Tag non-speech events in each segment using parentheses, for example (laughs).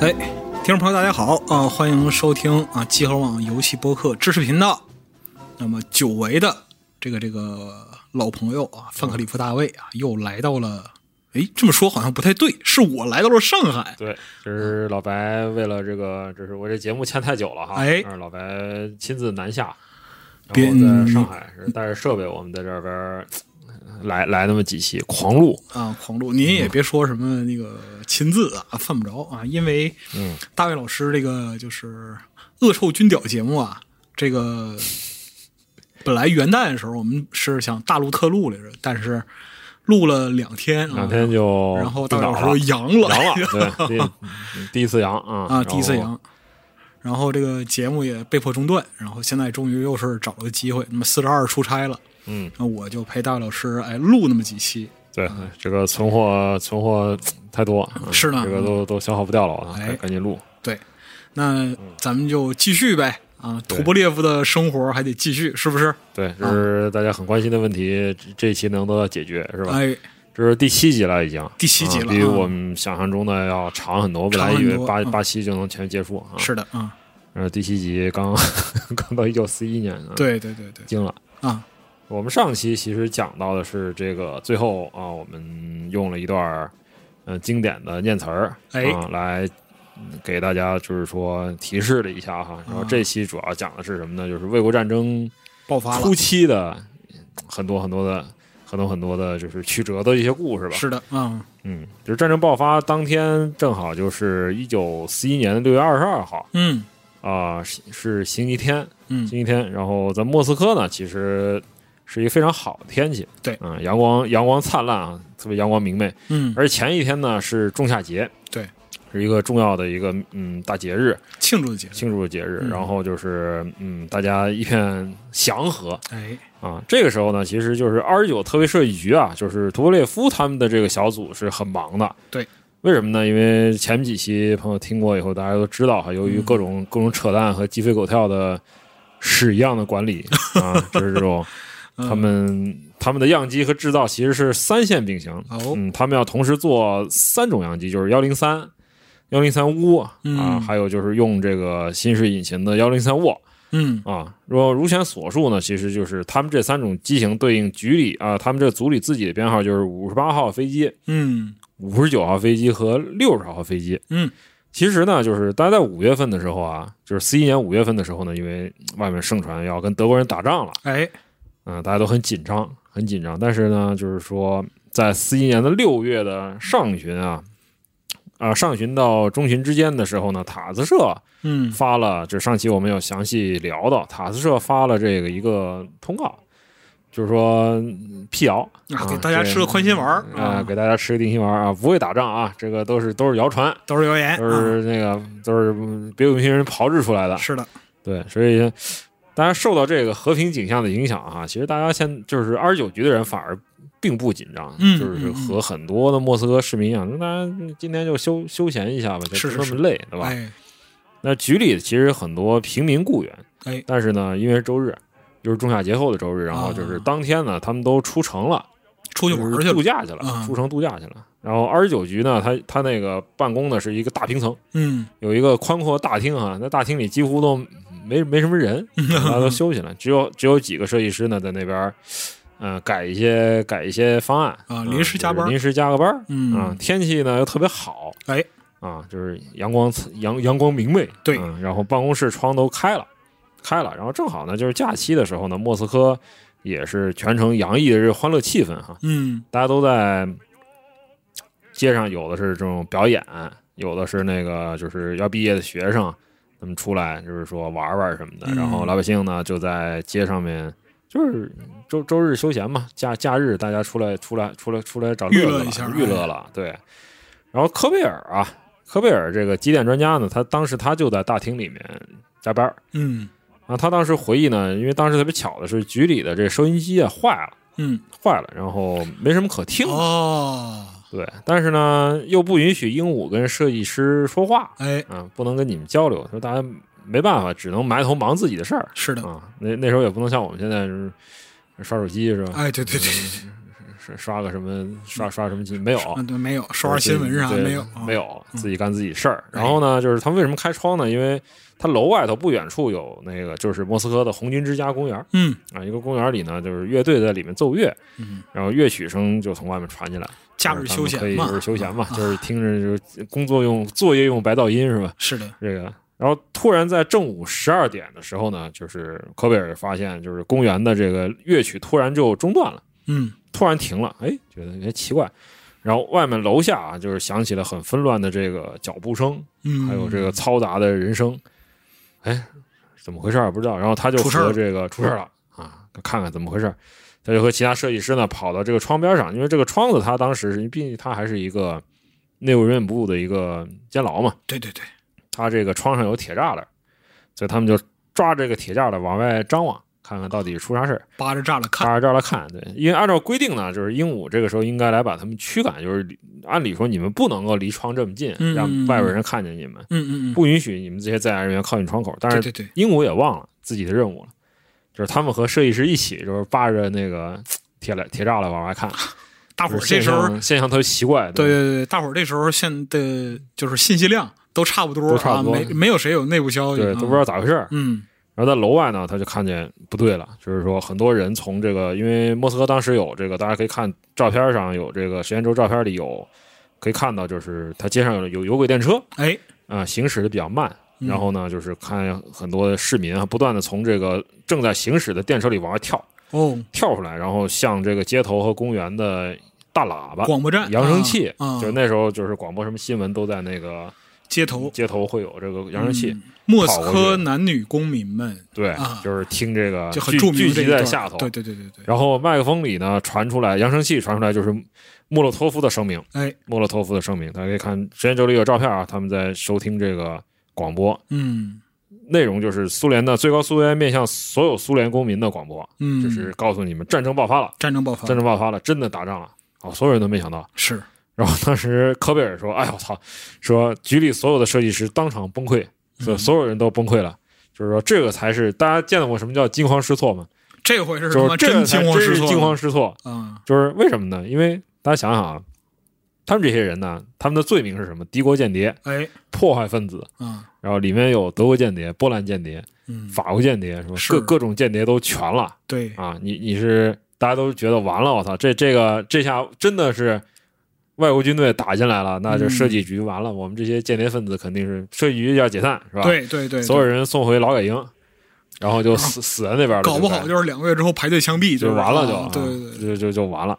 哎，听众朋友，大家好啊、呃欢迎收听啊集合网游戏播客知识频道。那么久违的这个这个老朋友啊，范克里夫大卫啊，又来到了。哎，这么说好像不太对，是我来到了上海。 (laughs) 对，这是老白为了这个，这是我这节目欠太久了哈，哎让老白亲自南下，别然后在上海是带着设备，我们在这边儿呃来来那么几期狂录，啊，狂录，您也别说什么那个亲自啊，犯不着啊，因为嗯，大卫老师这个就是恶臭军屌节目啊，这个本来元旦的时候我们是想大录特录来着，但是录了两天啊，两天就然后大病卫倒老了师就阳了，(laughs) 阳了，对，第第一次阳啊啊，第一次，然后阳。然后这个节目也被迫中断，然后现在终于又是找了个机会，那么四十二出差了，嗯，那我就陪大卫老师哎录那么几期，对，这个存货存货太多，啊嗯是呢嗯这个都都消耗不掉了啊，哎赶赶紧录，对，那咱们就继续呗。啊，嗯对图波列夫的生活还得继续，是不是？对，这是大家很关心的问题，这这一期能得到解决是吧？哎，这是第七集了，已经第七集了啊比啊我们想象中的要长很多。本来长很以多为八嗯八期就能全结束啊，是的啊，呃，第七集刚 (laughs) 刚到一九四一年啊，，对对对对惊了。啊，我们上期其实讲到的是这个，最后啊，我们用了一段儿呃经典的念词儿，哎啊，来嗯给大家就是说提示了一下嗯哈。然后这期主要讲的是什么呢？就是卫国战争爆发了初，期的很多很多的很多很多的，就是曲折的一些故事吧。是的啊，嗯，就是战争爆发当天，正好就是一九四一年的六月二十二号嗯啊、是是星期天，嗯，星期天。然后在莫斯科呢，其实是一个非常好的天气，对嗯，阳光阳光灿烂啊，特别阳光明媚。嗯，而前一天呢是仲夏节，对，是一个重要的一个嗯大节日，庆祝的节日，庆祝的节日。嗯然后就是嗯，大家一片祥和哎，啊。这个时候呢，其实就是二十九特别设计局啊，就是图波列夫他们的这个小组是很忙的，对。为什么呢？因为前几期朋友听过以后，大家都知道哈，由嗯于各种、各种扯淡和鸡飞狗跳的屎一样的管 (laughs) 理啊，就是这种嗯他们他们的样机和制造其实是三线并行，哦嗯，他们要同时做三种样机，就是幺零三、幺零三乌啊，嗯还有就是用这个新式引擎的幺零三沃嗯啊。若如前所述呢，其实就是他们这三种机型对应局里啊，他们这组里自己的编号就是五十八号飞机、嗯五十九号飞机和六十号飞机。嗯，其实呢，就是大家在五月份的时候啊，就是四一年五月份的时候呢，因为外面盛传要跟德国人打仗了。哎，嗯、大家都很紧张，很紧张。但是呢，就是说，在四一年的六月的上旬啊，啊、上旬到中旬之间的时候呢，塔斯社嗯发了，就是上期我们有详细聊到，塔斯社发了这个一个通告，就是说嗯辟谣啊，给大家吃个这宽心丸儿啊、啊，给大家吃个定心丸啊，不会打仗啊，这个都是都是谣传，都是谣言，啊都是那个、都是嗯别有用心人炮制出来的啊，是的，对，所以大家受到这个和平景象的影响啊，其实大家现就是二十九局的人反而并不紧张，嗯就是和很多的莫斯科市民一样，那大家今天就休休闲一下吧，是就是不那么累，对吧？哎，那局里其实很多平民雇员，哎但是呢，因为是周日。就是仲夏节后的周日，然后就是当天呢，他们都出城了，啊出去玩儿去就是度了，假去了，嗯出城度假去了。然后二十九局呢，他他那个办公呢是一个大平层，嗯有一个宽阔的大厅啊，那大厅里几乎都没没什 (laughs) 么人，大家都休息了，只有只有几个设计师呢在那边儿，呃，改一些改一些方案啊嗯临时加班就是临时加个班儿啊嗯，，天气呢又特别好，哎啊，就是阳光阳阳光明媚，对嗯然后办公室窗都开了，开了，然后正好呢就是假期的时候呢，莫斯科也是全城洋溢的这欢乐气氛哈，嗯大家都在街上，有的是这种表演，有的是那个就是要毕业的学生，他们出来就是说玩玩什么的。嗯然后老百姓呢就在街上面，就是周周日休闲嘛，假假日大家出来出来出来出来找乐娱子乐一下哎了娱乐了。对，然后科贝尔啊，科贝尔这个机电专家呢，他当时他就在大厅里面加班儿嗯啊。他当时回忆呢，因为当时特别巧的是局里的这收音机啊坏了。嗯，坏了，然后没什么可听的，哦，对，但是呢，又不允许鹦鹉跟设计师说话哎，啊，不能跟你们交流，说大家没办法，只能埋头忙自己的事儿啊是的，啊。那那时候也不能像我们现在就是刷手机是吧？哎哎，对对对，是刷刷个什么刷刷什么机没有，啊，对，没有刷刷新闻啥对没有，啊没，有，自己干自己事儿。然后呢，就是他们为什么开窗呢？因为他楼外头不远处有那个就是莫斯科的红军之家公园嗯，啊，一个公园里呢，就是乐队在里面奏乐嗯，然后乐曲声就从外面传进来。假日休闲可以嘛，就是休闲嘛，啊就是听着就是工作用作业用白噪音是吧？是的，这个。然后突然在正午十二点的时候呢，就是科贝尔发现，就是公园的这个乐曲突然就中断了。嗯突然停了，哎，觉得哎奇怪。然后外面楼下啊，就是响起了很纷乱的这个脚步声，嗯，还有这个嘈杂的人声，哎，怎么回事儿不知道。然后他就出事儿和了这个出事儿了啊，看看怎么回事儿。他就和其他设计师呢跑到这个窗边上，因为这个窗子他当时是，毕竟他还是一个内务人员部的一个监牢嘛，对对对，他这个窗上有铁栅栏，所以他们就抓这个铁栅栏往外张望，看看到底出啥事儿。扒着栅栏看，扒着这儿来看，对，因为按照规定呢，就是鹦鹉这个时候应该来把他们驱赶，就是按理说你们不能够离窗这么近，嗯让外边人看见你们，嗯嗯嗯，不允许你们这些在押人员靠近窗口。但对是对对，鹦鹉也忘了自己的任务了，就是他们和设计师一起，就是扒着那个铁栏铁栅栏往外看。大伙大儿这时候，现象特别奇怪，对对对，对大伙儿这时候现的就是信息量都差不多都差啊，不多没没有谁有内部消息，对，啊都不知道咋回事儿。嗯然后在楼外呢，他就看见不对了，就是说很多人从这个，因为莫斯科当时有这个，大家可以看照片上有这个时间轴照片里有，可以看到就是它街上有有有轨电车哎，啊、行驶的比较慢。嗯然后呢，就是看很多市民啊，不断的从这个正在行驶的电车里往外跳，哦，跳出来，然后向这个街头和公园的大喇叭、广播站扬声器，啊啊就是那时候就是广播什么新闻都在那个街头街头会有这个扬声器，嗯莫斯跑过科男女公民们对，啊就是听这个就很聚著名聚的这集一段在下头，对对对对对，然后麦克风里呢传出来扬声器传出来就是莫洛托夫的声明，哎，莫洛托夫的声明，大家可以看时间轴里有照片啊，他们在收听这个广播，嗯内容就是苏联的最高苏联面向所有苏联公民的广播，嗯，啊就是告诉你们战争爆发了，战争爆发战，争爆发了，真的打仗了。哦，所有人都没想到。是然后当时科贝尔说：“哎呦我操！”说局里所有的设计师当场崩溃，所嗯所有人都崩溃了。就是说，这个才是大家见到过什么叫惊慌失措吗？这回是他就是妈这真个惊才慌真失是措了，惊慌失措。啊，就是为什么呢？因为大家想想啊，他们这些人呢，他们的罪名是什么？敌国间谍、哎破坏分子，啊，然后里面有德国间谍、波兰间谍、嗯，法国间谍，什么是各各种间谍都全了对，啊！你你是大家都觉得完了，我操，这这个这下真的是。外国军队打进来了，那就嗯设计局完了。我们这些间谍分子肯定是设计局要解散，是吧？，对对对，啊所有人送回劳改营，然后就死死在那边了。搞不该好就是两个月之后排队枪毙，就是完了就，啊啊对对对，就就就完了。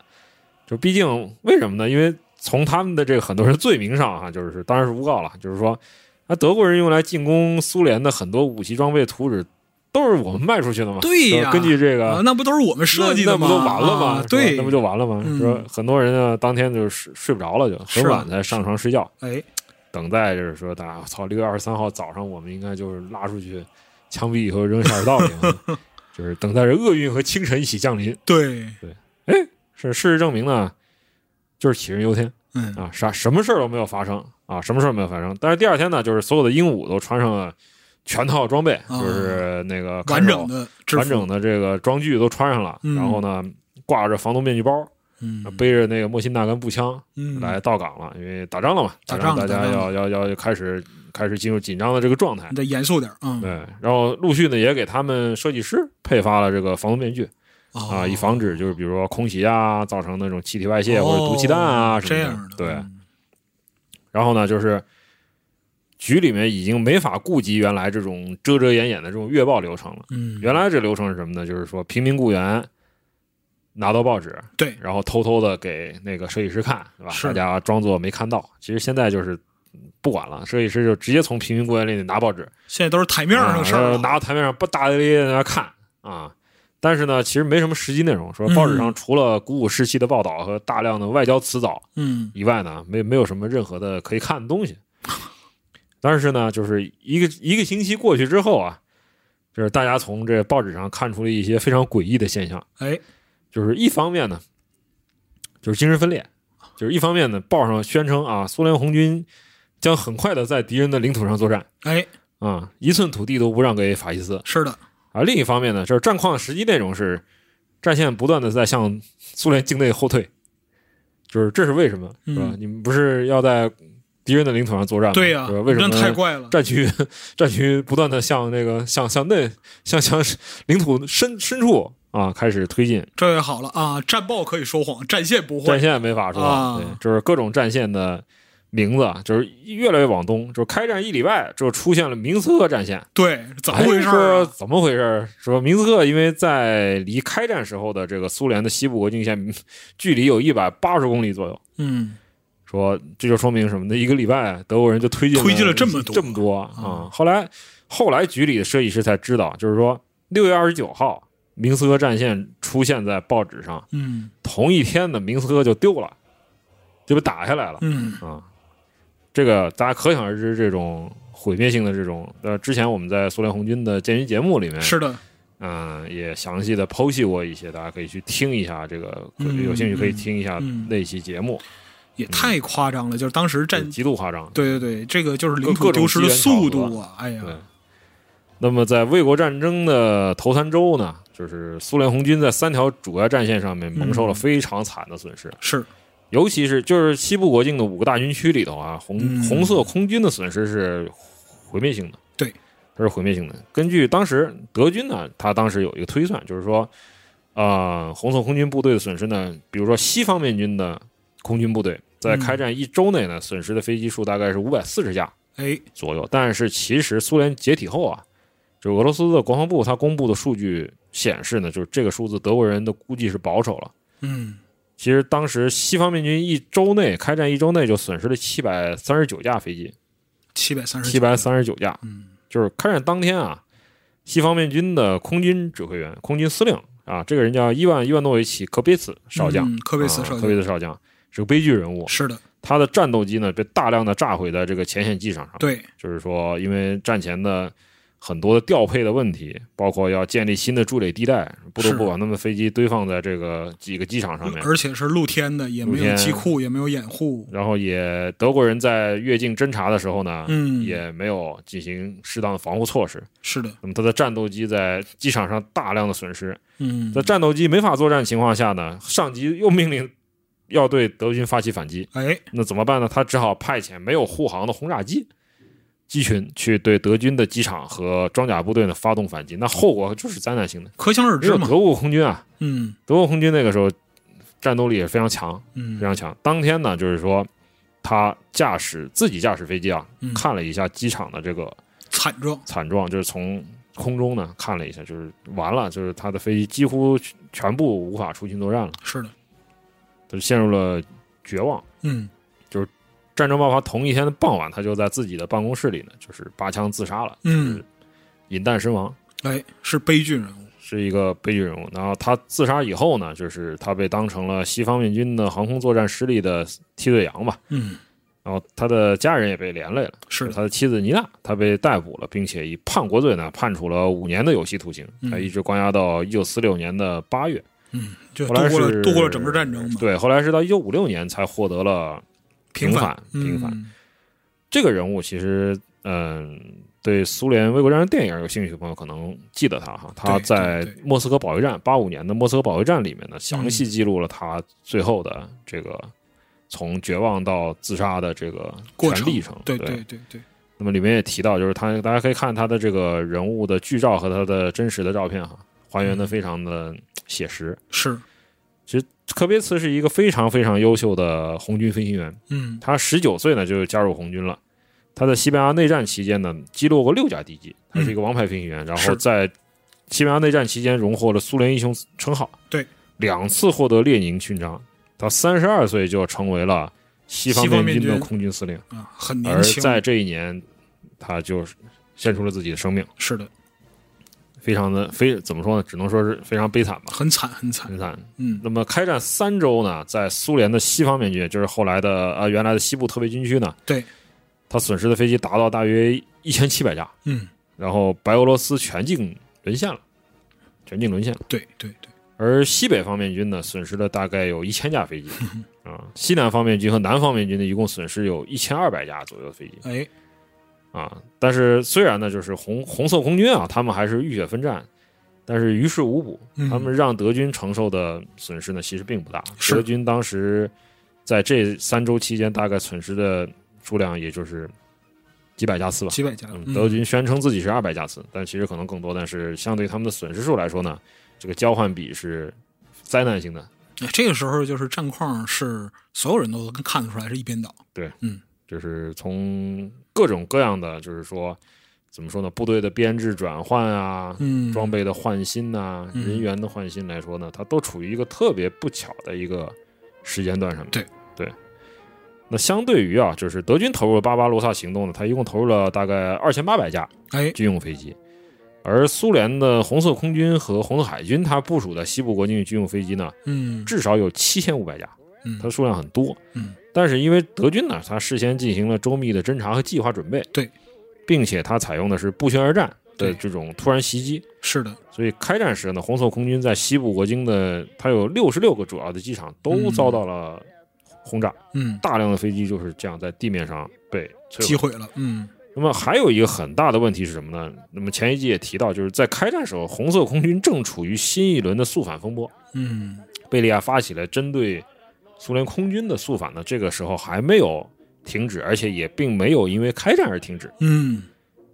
就毕竟为什么呢？因为从他们的这个很多人罪名上啊，就是当然是诬告了，就是说，啊，德国人用来进攻苏联的很多武器装备图纸都是我们卖出去的嘛，对呀就是根据这个。啊，那不都是我们设计的那吗？那不就完了吗？啊是吧对，那不就完了吗？嗯说很多人呢，当天就睡睡不着了就，是啊很晚才上床睡觉，哎，等待就是说，大家操，六月二十三号早上，我们应该就是拉出去枪毙以后扔下水道里嘛， (laughs) 就是等待着厄运和清晨一起降临。对，是事实证明呢，就是杞人忧天嗯，啊，啥什么事儿都没有发生啊，什么事儿没有发生。但是第二天呢，就是所有的鹦鹉都穿上了全套装备，啊就是那个看完守整的制服，完整的这个装具都穿上了，嗯然后呢挂着防毒面具包，嗯，背着那个莫辛纳根步枪嗯，来到岗了，因为打仗了嘛，打仗仗大了家打仗要要要开始开始进入紧张的这个状态你。得严肃点儿啊，对，然后陆续呢也给他们设计师配发了这个防毒面具，啊啊，以防止就是比如说空袭啊，造成那种气体外泄哦或者毒气弹啊什这么样的，对，嗯然后呢，就是局里面已经没法顾及原来这种遮遮掩掩的这种月报流程了。嗯，原来这流程是什么呢？就是说平民雇员拿到报纸，对，然后偷偷的给那个设计师看，对吧？是大家装作没看到。其实现在就是嗯不管了，设计师就直接从平民雇员那里拿报纸，现在都是台面上啊的事儿然了后拿到台面上不大咧咧地在那看啊。但是呢，其实没什么实际内容。说报纸上除了鼓舞士气的报道和大量的外交辞藻嗯，以外呢，没没有什么任何的可以看的东西。但是呢，就是一个一个星期过去之后啊，就是大家从这报纸上看出了一些非常诡异的现象。哎，就是一方面呢，就是精神分裂，就是一方面呢，报上宣称啊，苏联红军将很快的在敌人的领土上作战哎，啊、一寸土地都不让给法西斯。是的，而另一方面呢，就是战况的实际内容是战线不断的在向苏联境内后退就是这是为什么，是吧？你们不是要在敌人的领土上作战嗯吗？对呀、是吧为什么那太怪了。战区战区不断的向那个向向内向向领土深深处啊开始推进，这位好了啊，战报可以说谎，战线不战会。线没法说，啊对，就是各种战线的名字啊，就是越来越往东，就是开战一礼拜就出现了明斯克战线，对，怎么回事儿哎说啊、怎么回事儿？说明斯克因为在离开战时候的这个苏联的西部国境线嗯距离有一百八十公里左右，嗯，说这就说明什么呢？一个礼拜德国人就推进了推进了这么多这么多啊、后来后来局里的设计师才知道，就是说六月二十九号明斯克战线出现在报纸上，嗯同一天呢明斯克就丢了，就被打下来了。嗯啊，这个大家可想而知，这种毁灭性的这种，呃，之前我们在苏联红军的建军节目里面，是的，嗯、也详细的剖析过一些，大家可以去听一下这个，可嗯有兴趣可以听一下嗯那期节目，也嗯太夸张了，就是当时战，极度夸张。对对对，这个就是领各土各种丢失的机缘巧合速度啊，哎呀，对嗯那么在卫国战争的头三周呢，就是苏联红军在三条主要战线上面蒙受了嗯非常惨的损失，是尤其是就是西部国境的五个大军区里头啊，红、嗯红色空军的损失是毁灭性的，对，它是毁灭性的。根据当时德军呢，他当时有一个推算，就是说，啊，红色空军部队的损失呢，比如说西方面军的空军部队在嗯开战一周内呢，损失的飞机数大概是五百四十架哎，左右，但是其实苏联解体后啊。就俄罗斯的国防部，它公布的数据显示呢，就是这个数字，德国人的估计是保守了，嗯，其实当时西方面军一周内开战一周内就损失了七百三十九架飞机，七百三十，七百，三十九架，嗯就是开战当天啊，西方面军的空军指挥员、空军司令啊，这个人叫伊万伊万诺维奇科别茨少将，嗯科别茨少将啊科别茨少将是个悲剧人物，是的，他的战斗机呢被大量的炸毁在这个前线机场上，对，就是说因为战前的。很多的调配的问题，包括要建立新的驻垒地带，不得是不把他们飞机堆放在这个几个机场上面。而且是露天的，也没露有天机库，也没有掩护，然后也德国人在越境侦察的时候呢，嗯啊也没有进行适当的防护措施。是的，那么他的战斗机在机场上大量的损失，嗯在，战斗机没法作战情况下呢，上级又命令要对德军发起反击，哎，那怎么办呢？他只好派遣没有护航的轰炸机机群去对德军的机场和装甲部队呢发动反击，那后果就是灾难性的。可想而因知为嘛，德国空军啊，嗯德国空军那个时候战斗力也非常强，嗯非，常强。当天呢，就是说他驾驶自己驾驶飞机啊，嗯看了一下机场的这个惨状，惨状，就是从空中呢看了一下，就是完了，就是他的飞机几乎全部无法出勤作战了，是的，他就陷入了绝望。嗯，战争爆发同一天的傍晚，他就在自己的办公室里呢，就是拔枪自杀了，嗯就是饮弹身亡，哎，是悲剧人物，是一个悲剧人物。然后他自杀以后呢，就是他被当成了西方面军的航空作战失利的替罪羊吧。嗯，然后他的家人也被连累了，是的，他的妻子妮娜，她被逮捕了，并且以叛国罪呢判处了五年的有期徒刑，嗯她一直关押到一九四六年的八月，嗯，就后度来过是了度过了整个战争嘛，对，后来是到一九五六年才获得了平嗯反。平平反，这个人物其实，嗯，对苏联卫国战争电影有兴趣的朋友可能记得他哈，他对在对对嗯莫斯科保卫战八五年的莫斯科保卫战里面呢，详细记录了他最后的这个从绝望到自杀的这个过全程历程，对对对对对，那么里面也提到，就是他，大家可以看他的这个人物的剧照和他的真实的照片哈，还原的非常的写实。是，科别茨是一个非常非常优秀的红军飞行员，嗯他十九岁呢就加入红军了。他在西班牙内战期间呢，击落过六架敌机，他是一个王牌飞行员。然后是在西班牙内战期间荣获了苏联英雄称号，对，两次获得列宁勋章。他三十二岁就成为了西方西方面军面的军空军司令。啊，很而年轻，在这一年，他就是献出了自己的生命，是的，非常的非怎么说呢？只能说是非常悲惨吧，很惨很惨，很惨。嗯那么开战三周呢，在苏联的西方面军，就是后来的呃原来的西部特别军区呢，对，他损失的飞机达到大约一千七百架，嗯，然后白俄罗斯全境沦陷了，全境沦陷了。对对对，而西北方面军呢，损失了大概有一千架飞 (laughs) 机啊，西南方面军和南方面军呢，一共损失有一千二百架左右的飞机。哎，啊，但是虽然呢，就是红红色空军啊，他们还是浴血奋战，但是于事无补，嗯他们让德军承受的损失呢，其实并不大。是德军当时在这三周期间，大概损失的数量也就是几百架次吧。几百家，嗯，德军宣称自己是二百架次，但其实可能更多。但是相对他们的损失数来说呢，这个交换比是灾难性的。哎这个时候就是战况是所有人都能看得出来是一边倒，就是从各种各样的，就是说怎么说呢，部队的编制转换啊，嗯，装备的换新呐、嗯人员的换新来说呢，它都处于一个特别不巧的一个时间段上面。对对。那相对于啊，就是德军投入了巴巴罗萨行动呢，它一共投入了大概二千八百架哎，军用飞机，而苏联的红色空军和红色海军，它部署的西部国境军用飞机呢，嗯，至少有七千五百架，嗯它的数量很多。嗯，但是因为德军呢，它事先进行了周密的侦察和计划准备，对，并且它采用的是不宣而战的对这种突然袭击，是的，所以开战时呢，红色空军在西部国境的，它有六十六个主要的机场都嗯遭到了轰炸，嗯，大量的飞机就是这样在地面上被摧击毁。毁了，嗯，那么还有一个很大的问题是什么呢？那么前一集也提到，就是在开战时候，红色空军正处于新一轮的肃反风波，嗯，贝利亚发起了针对苏联空军的肃反呢，这个时候还没有停止，而且也并没有因为开战而停止。嗯，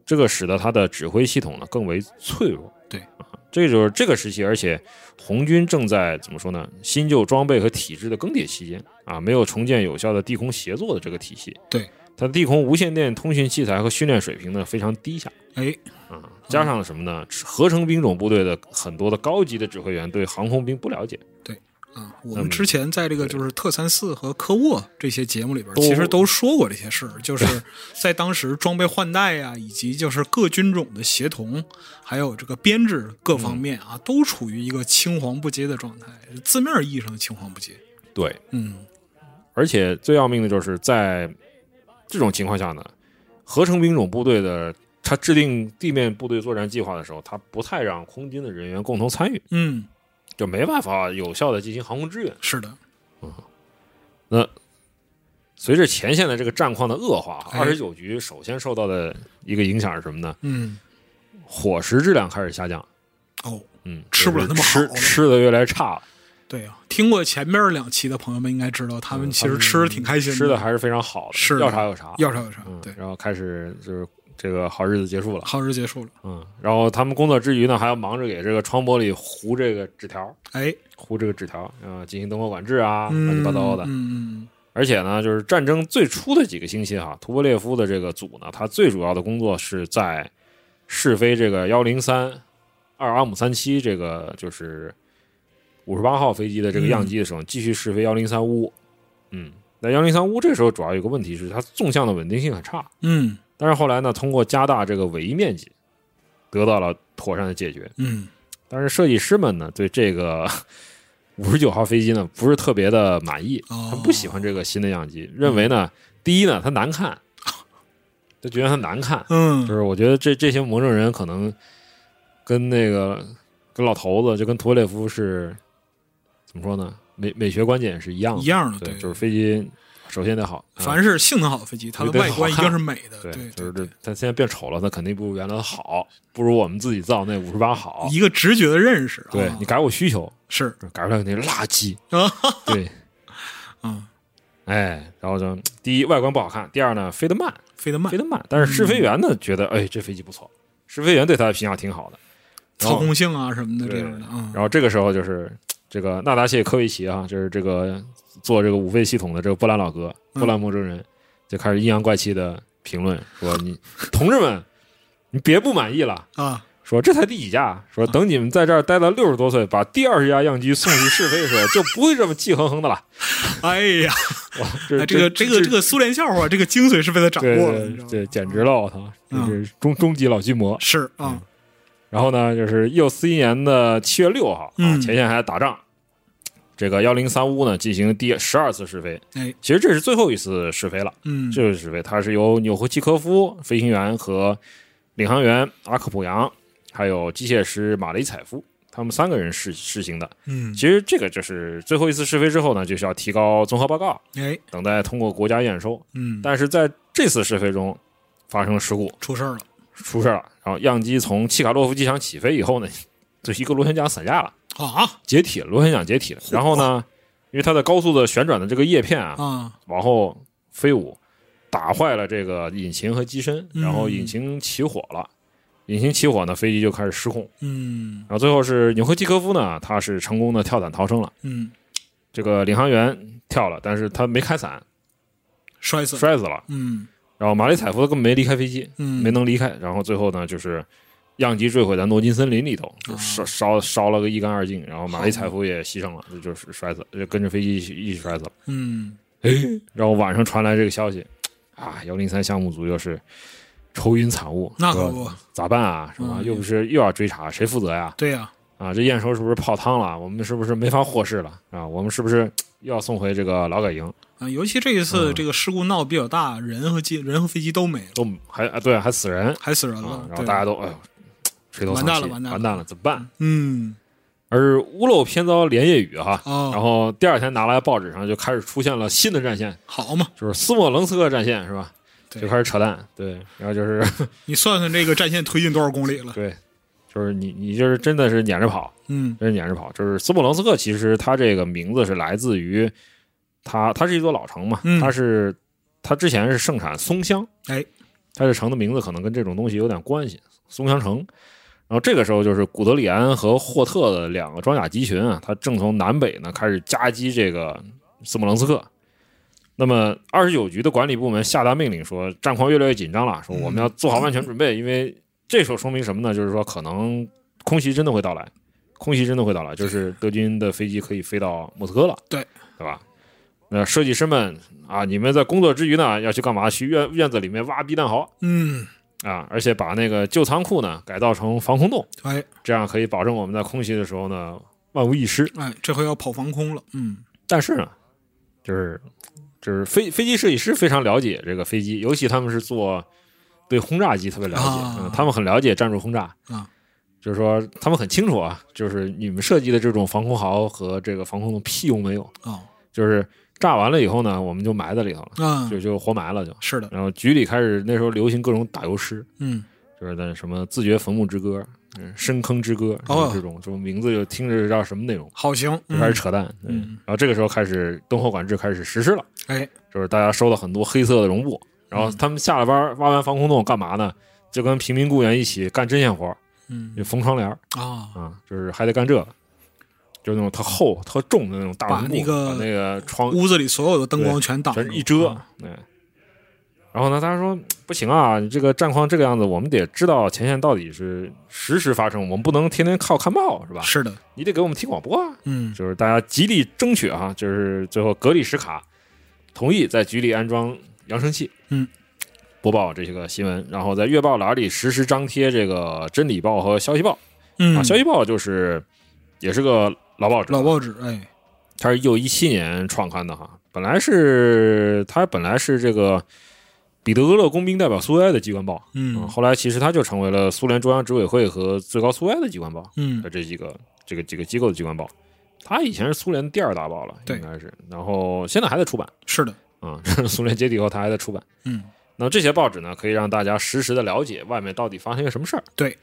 这个使得他的指挥系统呢更为脆弱。对啊，这就是这个时期，而且红军正在怎么说呢？新旧装备和体制的更迭期间啊，没有重建有效的地空协作的这个体系。对，它的地空无线电通讯器材和训练水平呢非常低下哎，啊，加上了什么呢？合成兵种部队的很多的高级的指挥员对航空兵不了解，啊，我那么们之前在这个嗯对就是特三四和科沃这些节目里边，都其实都说过这些事儿， (laughs) 就是在当时装备换代呀、以及就是各军种的协同，还有这个编制各方面嗯啊，都处于一个青黄不接的状态，字面意义上的青黄不接。对，嗯，而且最要命的就是在这种情况下呢，合成兵种部队的他制定地面部队作战计划的时候，他不太让空军的人员共同参与，嗯，就没办法有效的进行航空支援。是的，随着前线的这个战况的恶化，哎二十九局首先受到的一个影响是什么呢？嗯，伙食质量开始下降，哦，嗯，吃不了那么好就是吃吃的越来越差了，对呀、听过前面两期的朋友们应该知道，他们嗯其实他们吃的挺开心吃的还是非常好的，是的要啥有啥，要啥有啥，嗯，对，然后开始就是这个好日子结束了。好日结束了，嗯，然后他们工作之余呢，还要忙着给这个窗玻璃糊这个纸条，哎，糊这个纸条，啊、进行灯火管制啊，嗯乱七八糟的。嗯嗯而且呢，就是战争最初的几个星期哈，图波列夫的这个组呢，他最主要的工作是在试飞这个幺零三二阿姆三七这个就是五十八号飞机的这个样机的时候，继续试飞幺零三乌。嗯，那幺零三乌这时候主要有个问题是它纵向的稳定性很差，嗯但是后来呢，通过加大这个尾翼面积，得到了妥善的解决。嗯但是设计师们呢，对这个 (laughs) 五十九号飞机呢，不是特别的满意，哦他不喜欢这个新的样机，认为呢，第一呢，它难看，就觉得它难看，嗯就，是我觉得这这些魔怔人可能跟那个跟老头子，就跟托列夫是怎么说呢？美美学观点是一样的，一样的，对，对，就是飞机首先得好，啊凡是性能好的飞机，它的对外观一好看定是美的，对，对，就是这对，，它现在变丑了，它肯定不如原来的好，不如我们自己造那五十八好。一个直觉的认识，对啊你改我需求，是改出来肯定是 (laughs) 垃圾啊。对，啊，哎，然后就第一外观不好看，第二呢飞得慢，飞得慢嗯飞，得慢。但是试飞员呢觉得，哎，这飞机不错，试飞员对它的评价挺好的。然操后，控性啊什么的这对样的啊，然后这个时候就是这个纳达谢科维奇啊，就是这个做这个五费系统的这个波兰老哥，嗯波兰魔怔人，就开始阴阳怪气的评论说：“你同志们，你别不满意了。”啊，说这才第几架？啊说等你们在这儿待到六十多岁，把第二十架样机送去试飞的时候，就不会这么气哼哼的了。哎呀，哇，这哎这个这个这个苏联笑话，这个精髓是被他掌对握了，对你知对道吗对，简直了！嗯我操，这嗯是终终极老巨魔。是啊，然后呢，就是一九四一年的七月六号啊，嗯前线还打仗，这个幺零三乌呢进行第十二次试飞。哎，其实这是最后一次试飞了，嗯，这次试飞它是由纽霍契科夫飞行员和领航员阿克普扬，还有机械师马雷采夫。他们三个人试试行的，嗯，其实这个就是最后一次试飞之后呢，就是要提高综合报告，哎，等待通过国家验收。嗯，但是在这次试飞中发生了事故，出事儿了，出事儿了。然后样机从契卡洛夫机场起飞以后呢，就一个螺旋桨散架了，啊，解体了，螺旋桨解体了。然后呢，因为它的高速的旋转的这个叶片啊，啊，往后飞舞，打坏了这个引擎和机身，嗯然后引擎起火了。引擎起火呢，飞机就开始失控。嗯然后最后是纽科基科夫呢，他是成功的跳伞逃生了。嗯，这个领航员跳了，但是他没开伞，摔死了，摔死了。嗯然后马里采夫根本没离开飞机，嗯，没能离开。然后最后呢，就是样机坠毁在诺金森林里头，就啊烧烧烧了个一干二净。然后马里采夫也牺牲了，就就是摔死，就跟着飞机一起一起摔死了。嗯然后晚上传来这个消息，啊，幺零三项目组又是愁云惨雾，那可说不，咋办啊？是吧？嗯又不是又要追查，谁负责呀？对呀，啊，这验收是不是泡汤了？我们是不是没法获释了？啊，我们是不是又要送回这个劳改营？啊，尤其这一次嗯这个事故闹得比较大，人和机人和飞机都没了，都还啊，对，还死人还死人啊了，，然后对大家都哎呦，垂头丧完气，蛋了完蛋了怎么办？嗯而屋漏偏遭连夜雨哈。然哦，后第二天拿来报纸上就开始出现了新的战线，好嘛，就是斯莫棱斯克战线是吧？对就开始扯淡，对，然 (laughs) 后就是你算算这个战线推进多少公里了？对，就是你你就是真的是撵着跑，嗯真是撵着跑。就是斯莫棱斯克，其实它这个名字是来自于它，它是一座老城嘛，嗯它是它之前是盛产松香，哎，它这城的名字可能跟这种东西有点关系，松香城。然后这个时候就是古德里安和霍特的两个装甲集群啊，它正从南北呢开始夹击这个斯莫棱斯克。那么二十九局的管理部门下达命令说，战况越来越紧张了，说我们要做好万全准备，因为这时候说明什么呢？就是说可能空袭真的会到来，空袭真的会到来，就是德军的飞机可以飞到莫斯科了，对对吧？那设计师们啊，你们在工作之余呢，要去干嘛？去院院子里面挖避弹壕嗯，啊，而且把那个旧仓库呢改造成防空洞，哎这样可以保证我们在空袭的时候呢万无一失。哎，这回要跑防空了，嗯但是呢，就是就是飞飞机设计师非常了解这个飞机，尤其他们是做对轰炸机特别了解，啊嗯，他们很了解战术轰炸啊，就是说他们很清楚啊，就是你们设计的这种防空壕和这个防空洞屁用没有，哦就是炸完了以后呢，我们就埋在里头了，啊，就就活埋了就。是的，然后局里开始那时候流行各种打油诗，嗯就是那什么自掘坟墓之歌、嗯深坑之歌，然哦后这种这种名字就听着知道什么内容。好行，就开始嗯扯淡。对嗯然后这个时候开始东后管制开始实施了，哎，嗯就是大家收到很多黑色的绒布，然后他们下了班挖完防空洞干嘛呢？就跟平民雇员一起干针线活儿，嗯就缝窗帘儿啊，啊，就是还得干这个，就是那种特厚特重的那种大绒布，把那个把那个窗屋子里所有的灯光全挡住全，是一遮啊，对。然后呢，他说不行啊，你这个战况这个样子，我们得知道前线到底是实时发生，我们不能天天靠看报是吧？是的，你得给我们听广播啊。嗯就是大家极力争取啊，就是最后格里什卡同意在局里安装扬声器，嗯，播报这些个新闻，然后在月报栏里实时张贴这个真理报和消息报、嗯啊，，消息报就是也是个老报纸，老报纸，哎，它是一九一七年创刊的哈，本来是它本来是这个彼得格勒工兵代表苏维埃的机关报，嗯后来其实它就成为了苏联中央执委会和最高苏维埃的机关报，嗯的这几个这个几个机构的机关报，它以前是苏联的第二大报了，对应该是，然后现在还在出版是的，啊、 (laughs) 苏联解体后它还在出版。嗯那这些报纸呢，可以让大家实时的了解外面到底发生一个什么事儿。对，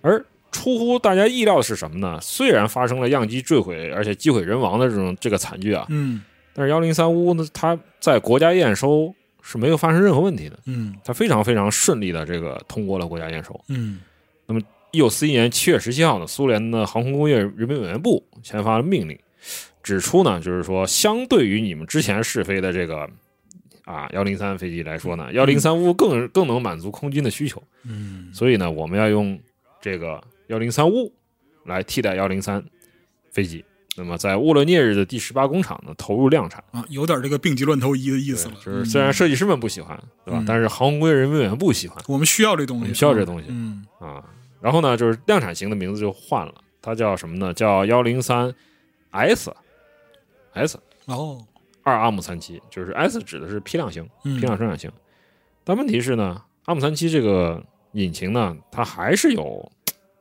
而出乎大家意料的是什么呢？虽然发生了样机坠毁，而且机毁人亡的这种这个惨剧啊，嗯但是幺零三乌呢，它在国家验收是没有发生任何问题的，嗯它非常非常顺利的这个通过了国家验收。嗯一九四一年七月十七号呢，苏联的航空工业人民委员部签发了命令，指出呢，就是说，相对于你们之前试飞的这个啊幺零三飞机来说呢，幺零三乌更更能满足空军的需求，嗯所以呢，我们要用这个幺零三乌来替代幺零三飞机。那么，在沃罗涅日的第十八工厂呢，投入量产。啊，有点这个病急乱投医的意对思了，就是虽然嗯设计师们不喜欢，对吧嗯？但是航空工业人民委员部喜欢我们需要这我东西，们需要这东西嗯啊。然后呢，就是量产型的名字就换了，它叫什么呢？叫幺零三 S S 哦，二阿姆三七，就是 S 指的是批量型、嗯批量生产型。但问题是呢，阿姆三七这个引擎呢，它还是有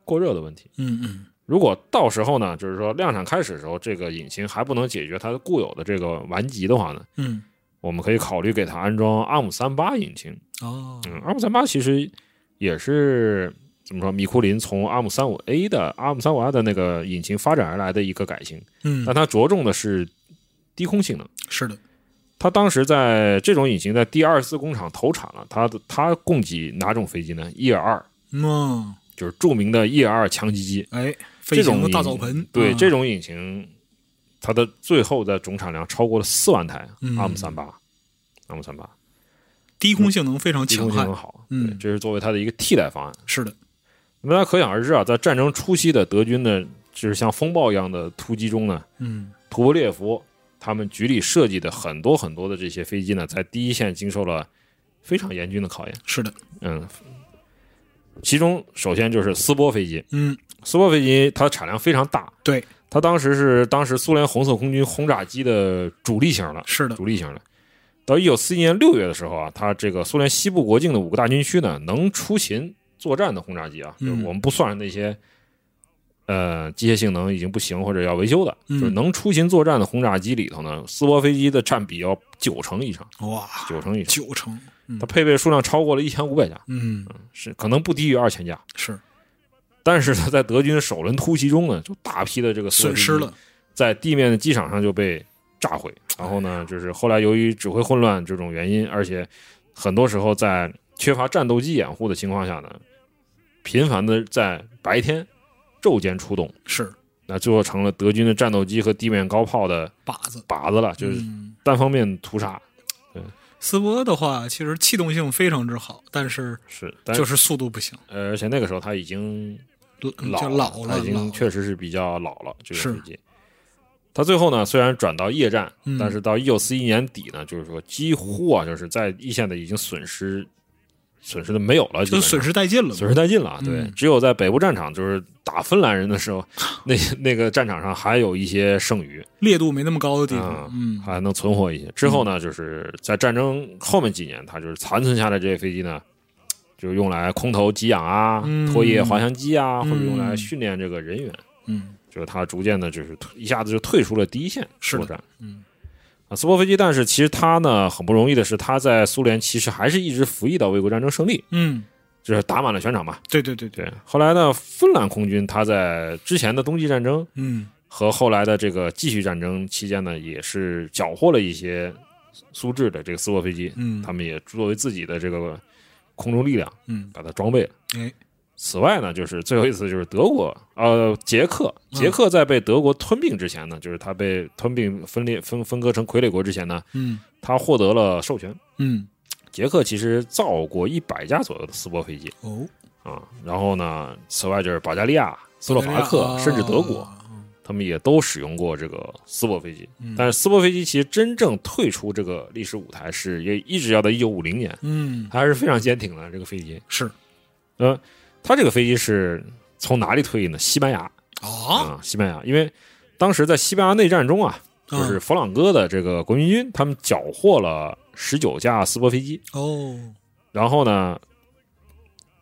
过热的问题。嗯嗯如果到时候呢，就是说量产开始的时候，这个引擎还不能解决它固有的这个顽疾的话呢，嗯我们可以考虑给它安装阿姆三八引擎。哦，嗯，阿姆三八其实也是怎怎么说，米库林从阿姆三五 A 的阿姆三五 R 的那个引擎发展而来的一个改型，嗯，但它着重的是低空性能。是的，它当时在这种引擎在第二次工厂投产了，它的它供给哪种飞机呢？叶二嗯，就是著名的叶二强击机，哎，飞这行种的大引澡盆，对、嗯这种引擎，它的最后的总产量超过了四万台，嗯阿姆三八，阿姆三八低空性能非常低空强性悍能，好，嗯对，这是作为它的一个替代方案。是的，那大家可想而知啊，在战争初期的德军的，就是像风暴一样的突击中呢，嗯，图波列夫他们局里设计的很多很多的这些飞机呢，在第一线经受了非常严峻的考验。是的，嗯，其中首先就是斯波飞机，嗯，斯波飞机它产量非常大，对，它当时是当时苏联红色空军轰炸机的主力型了，是的，主力型了。到一九四一年六月的时候啊，它这个苏联西部国境的五个大军区呢，能出勤作战的轰炸机啊，嗯就是我们不算那些呃机械性能已经不行或者要维修的，嗯就是能出勤作战的轰炸机里头呢，斯波飞机的占比要九成以上，哇，九成以上，九成，嗯它配备数量超过了一千五百架，嗯，是可能不低于二千架。是但是呢，在德军首轮突袭中呢，就大批的这个斯损波飞机失了，在地面的机场上就被炸毁。然后哎呢，就是后来由于指挥混乱这种原因，而且很多时候在缺乏战斗机掩护的情况下呢，频繁的在白天昼间出动，是那最后成了德军的战斗机和地面高炮的靶子，靶子了，就是嗯单方面屠杀。斯波的话，其实气动性非常之好，但是是，但就是速度不行，呃，而且那个时候他已经老老就了嗯老他了，老已经了确实是比较老了。这是个飞机，他最后呢虽然转到夜战，嗯但是到一九四一年底呢，就是说几乎啊，就是在一线的已经损失损失的没有了，就基本上损失殆尽了，损失殆尽了啊。对，嗯只有在北部战场，就是打芬兰人的 (laughs) 时候，那那个战场上还有一些剩余，烈度没那么高的地啊方，嗯，还能存活一些。之后呢，就是在战争后面几年，他就是残存下来这些飞机呢。就是用来空投给养啊嗯，拖曳滑翔机啊，或者用来嗯训练这个人员。嗯，就是他逐渐的，就是退一下子就退出了第一线是的作战。嗯，啊，斯波飞机，但是其实他呢很不容易的是，他在苏联其实还是一直服役到卫国战争胜利，嗯，就是打满了全场嘛。对对对对，对，后来呢，芬兰空军他在之前的冬季战争嗯，和后来的这个继续战争期间呢，也是缴获了一些苏制的这个斯波飞机，嗯他们也作为自己的这个空中力量，嗯，把它装备了。哎，此外呢，就是最后一次就是德国，呃，捷克，嗯捷克在被德国吞并之前呢，就是他被吞并分裂分分割成傀儡国之前呢，嗯他获得了授权。嗯，捷克其实造过一百架左右的斯波飞机哦，啊，然后呢，此外就是保加利亚、斯洛伐克，啊甚至德国，，他们也都使用过这个斯波飞机。嗯但是斯波飞机其实真正退出这个历史舞台是也一直要到一九五零年，嗯，还是非常坚挺的这个飞机。是呃，它这个飞机是从哪里退役呢？西班牙啊，嗯西班牙，因为当时在西班牙内战中啊，就是啊弗朗哥的这个国民军，他们缴获了十九架斯波飞机，哦，然后呢，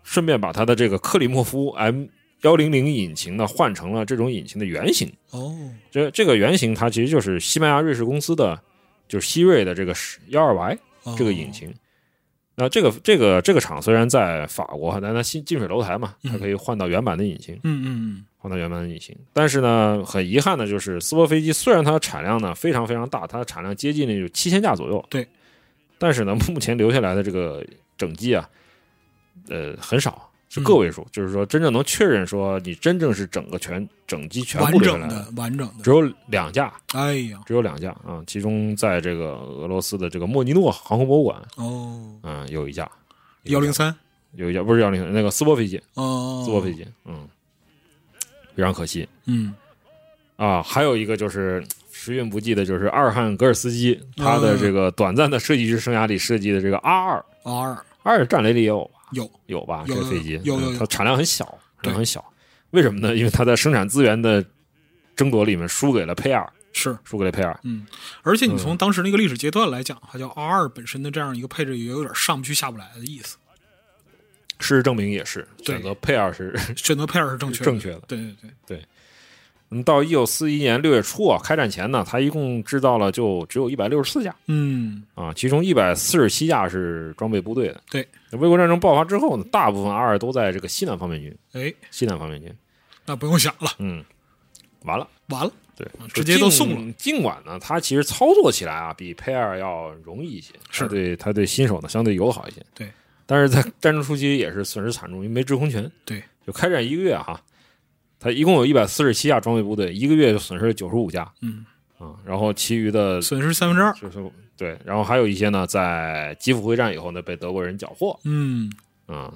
顺便把他的这个克里莫夫 M 幺零零引擎呢换成了这种引擎的原型。哦，这这个原型它其实就是西班牙瑞士公司的，就是希瑞的这个幺二 Y 哦这个引，擎。那这个这个这个厂虽然在法国，但它近近水楼台嘛，它可以换到原版的引擎。嗯嗯换到原版的引擎。但是呢，很遗憾的就是，斯波飞机虽然它的产量呢非常非常大，它的产量接近那就七千架左右，对。但是呢， (laughs) 目前留下来的这个整机啊，呃，很少，是嗯个位数，就是说真正能确认说你真正是整个全整机嗯，全完部留下整来的，的完整只的，有两架，哎呀，只有两架啊。其中在这个俄罗斯的这个莫尼诺航空博物馆，哦，嗯，有一架，幺零三，有一架不是幺零那个斯波飞机，哦，斯波飞，机，嗯，非常可惜。嗯，啊，还有一个就是时运不济的，就是阿尔汉格尔斯基他嗯的这个短暂的设计师生涯里设计的这个 R 二 R ，R 战雷里也有吧？有，有吧？有这个飞机有有有嗯它产量很小，产对量很小。为什么呢？因为它在生产资源的争夺里面输给了佩尔，是，输给了佩尔。嗯，而且你从当时那个历史阶段来讲的话，叫 R 二本身的这样一个配置，也有点上不去下不来的意 (laughs) 思。事实证明也是，对选择佩尔是 (laughs) 选择佩尔是正确的，正确的。对对对，嗯，到一九四一年六月初啊，开战前呢，他一共制造了就只有一百六十四架嗯，啊，其中一百四十七架是装备部队的。对，卫国战争爆发之后呢，大部分阿尔都在这个西南方面军，哎，西南方面军，那不用想了，嗯，完了。完了，对，直接都送了了。尽管呢，它其实操作起来啊，比佩尔要容易一些，是它对它对新手呢相对友好一些。对，但是在战争初期也是损失惨重，因为没制空权。对，就开战一个月哈、它一共有一百四十七架装备部队，一个月就损失了九十五架嗯，啊，然后其余的损失三分之二，就是对，然后还有一些呢，在基辅会战以后呢，被德国人缴获嗯，啊。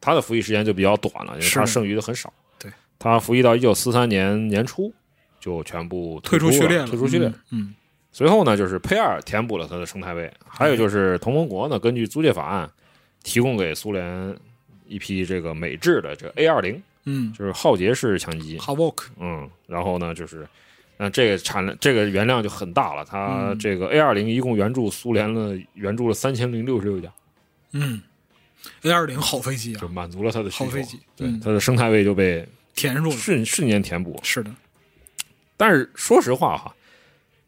他的服役时间就比较短了，因为是他剩余的很少。对，他服役到一九四三年年初就全部退出啊出序列退出序列。，嗯，随后呢，就是佩尔填补了他的生态位，还哎有就是同盟国呢，根据租借法案，提供给苏联一批这个美制的这 A 二零，嗯就是浩劫式枪击嗯。，Havok，嗯，然后呢，就是，那这个产量，这个原量就很大了。它嗯这个 A 二零一共援助苏联了，援助了三千零六十六架，嗯，A 二零好飞机啊就，满足了它的需好求。飞机，对嗯，它的生态位就被填入了，瞬瞬间填补。是的，但是说实话哈，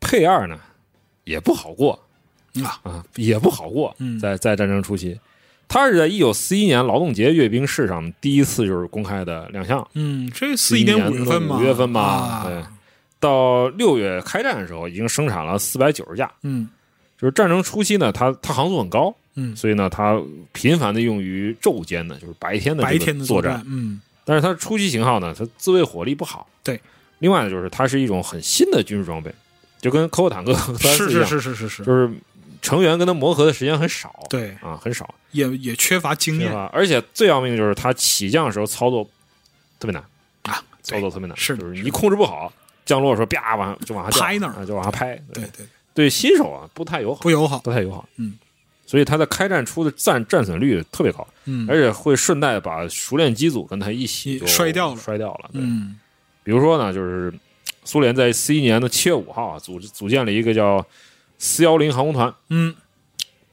佩二呢也不好过啊，啊，也不好过。嗯在在战争初期，他是在一九四一年劳动节阅兵式上第一次就是公开的亮相。嗯，这四一年11五月份嘛，五月份嘛，哎啊对，到六月开战的时候，已经生产了四百九十架。嗯就是战争初期呢，它它航速很高，嗯，所以呢，它频繁的用于昼间的，就是白天的这白个天的作战，，嗯但是它初期型号呢，它自卫火力不好。对，另外呢，就是它是一种很新的军事装备，就跟科沃坦克是34一啊是样，是是是是，就是成员跟它磨合的时间很少，对，嗯啊，很少，也也缺乏经对验吧？而且最要命的就是它起降的时候操作特别难，啊，操对作特别难，是的就是是你的控制不好，降落的时候啪往就往下拍那那儿就往下拍，对对，对新手啊不太友好。不友好，不太友好。嗯，所以他在开战初的战战损率特别高，嗯而且会顺带把熟练机组跟他一起就一摔掉了摔掉了。对，嗯比如说呢，就是苏联在四一年的七月五号啊，组织组建了一个叫四幺零航空团，嗯，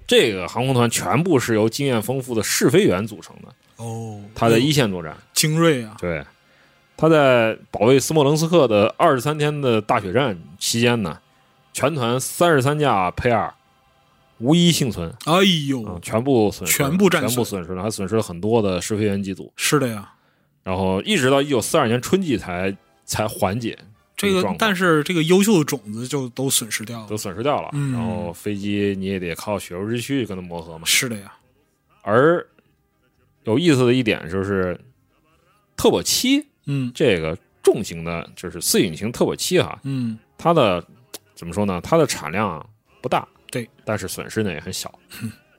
这个航空团全部是由经验丰富的试飞员组成的，哦，他在一线作战。精锐啊，对，他在保卫斯莫棱斯克的二十三天的大血战期间呢，全团三十三架佩二无一幸存。哎啊，呦，全部损失了，全部战损全部损失了，还损失了很多的试飞员机组，是的呀，然后一直到一九四二年春季才才缓解这个个状况但是这个优秀的种子就都损失掉了，都损失掉了。嗯然后飞机你也得靠血肉之躯跟它磨合嘛。是的呀，而有意思的一点就是，特保七嗯这个重型的，就是四引擎特保七哈，嗯它的怎么说呢？它的产量啊不大，对，嗯但是损失呢也很小。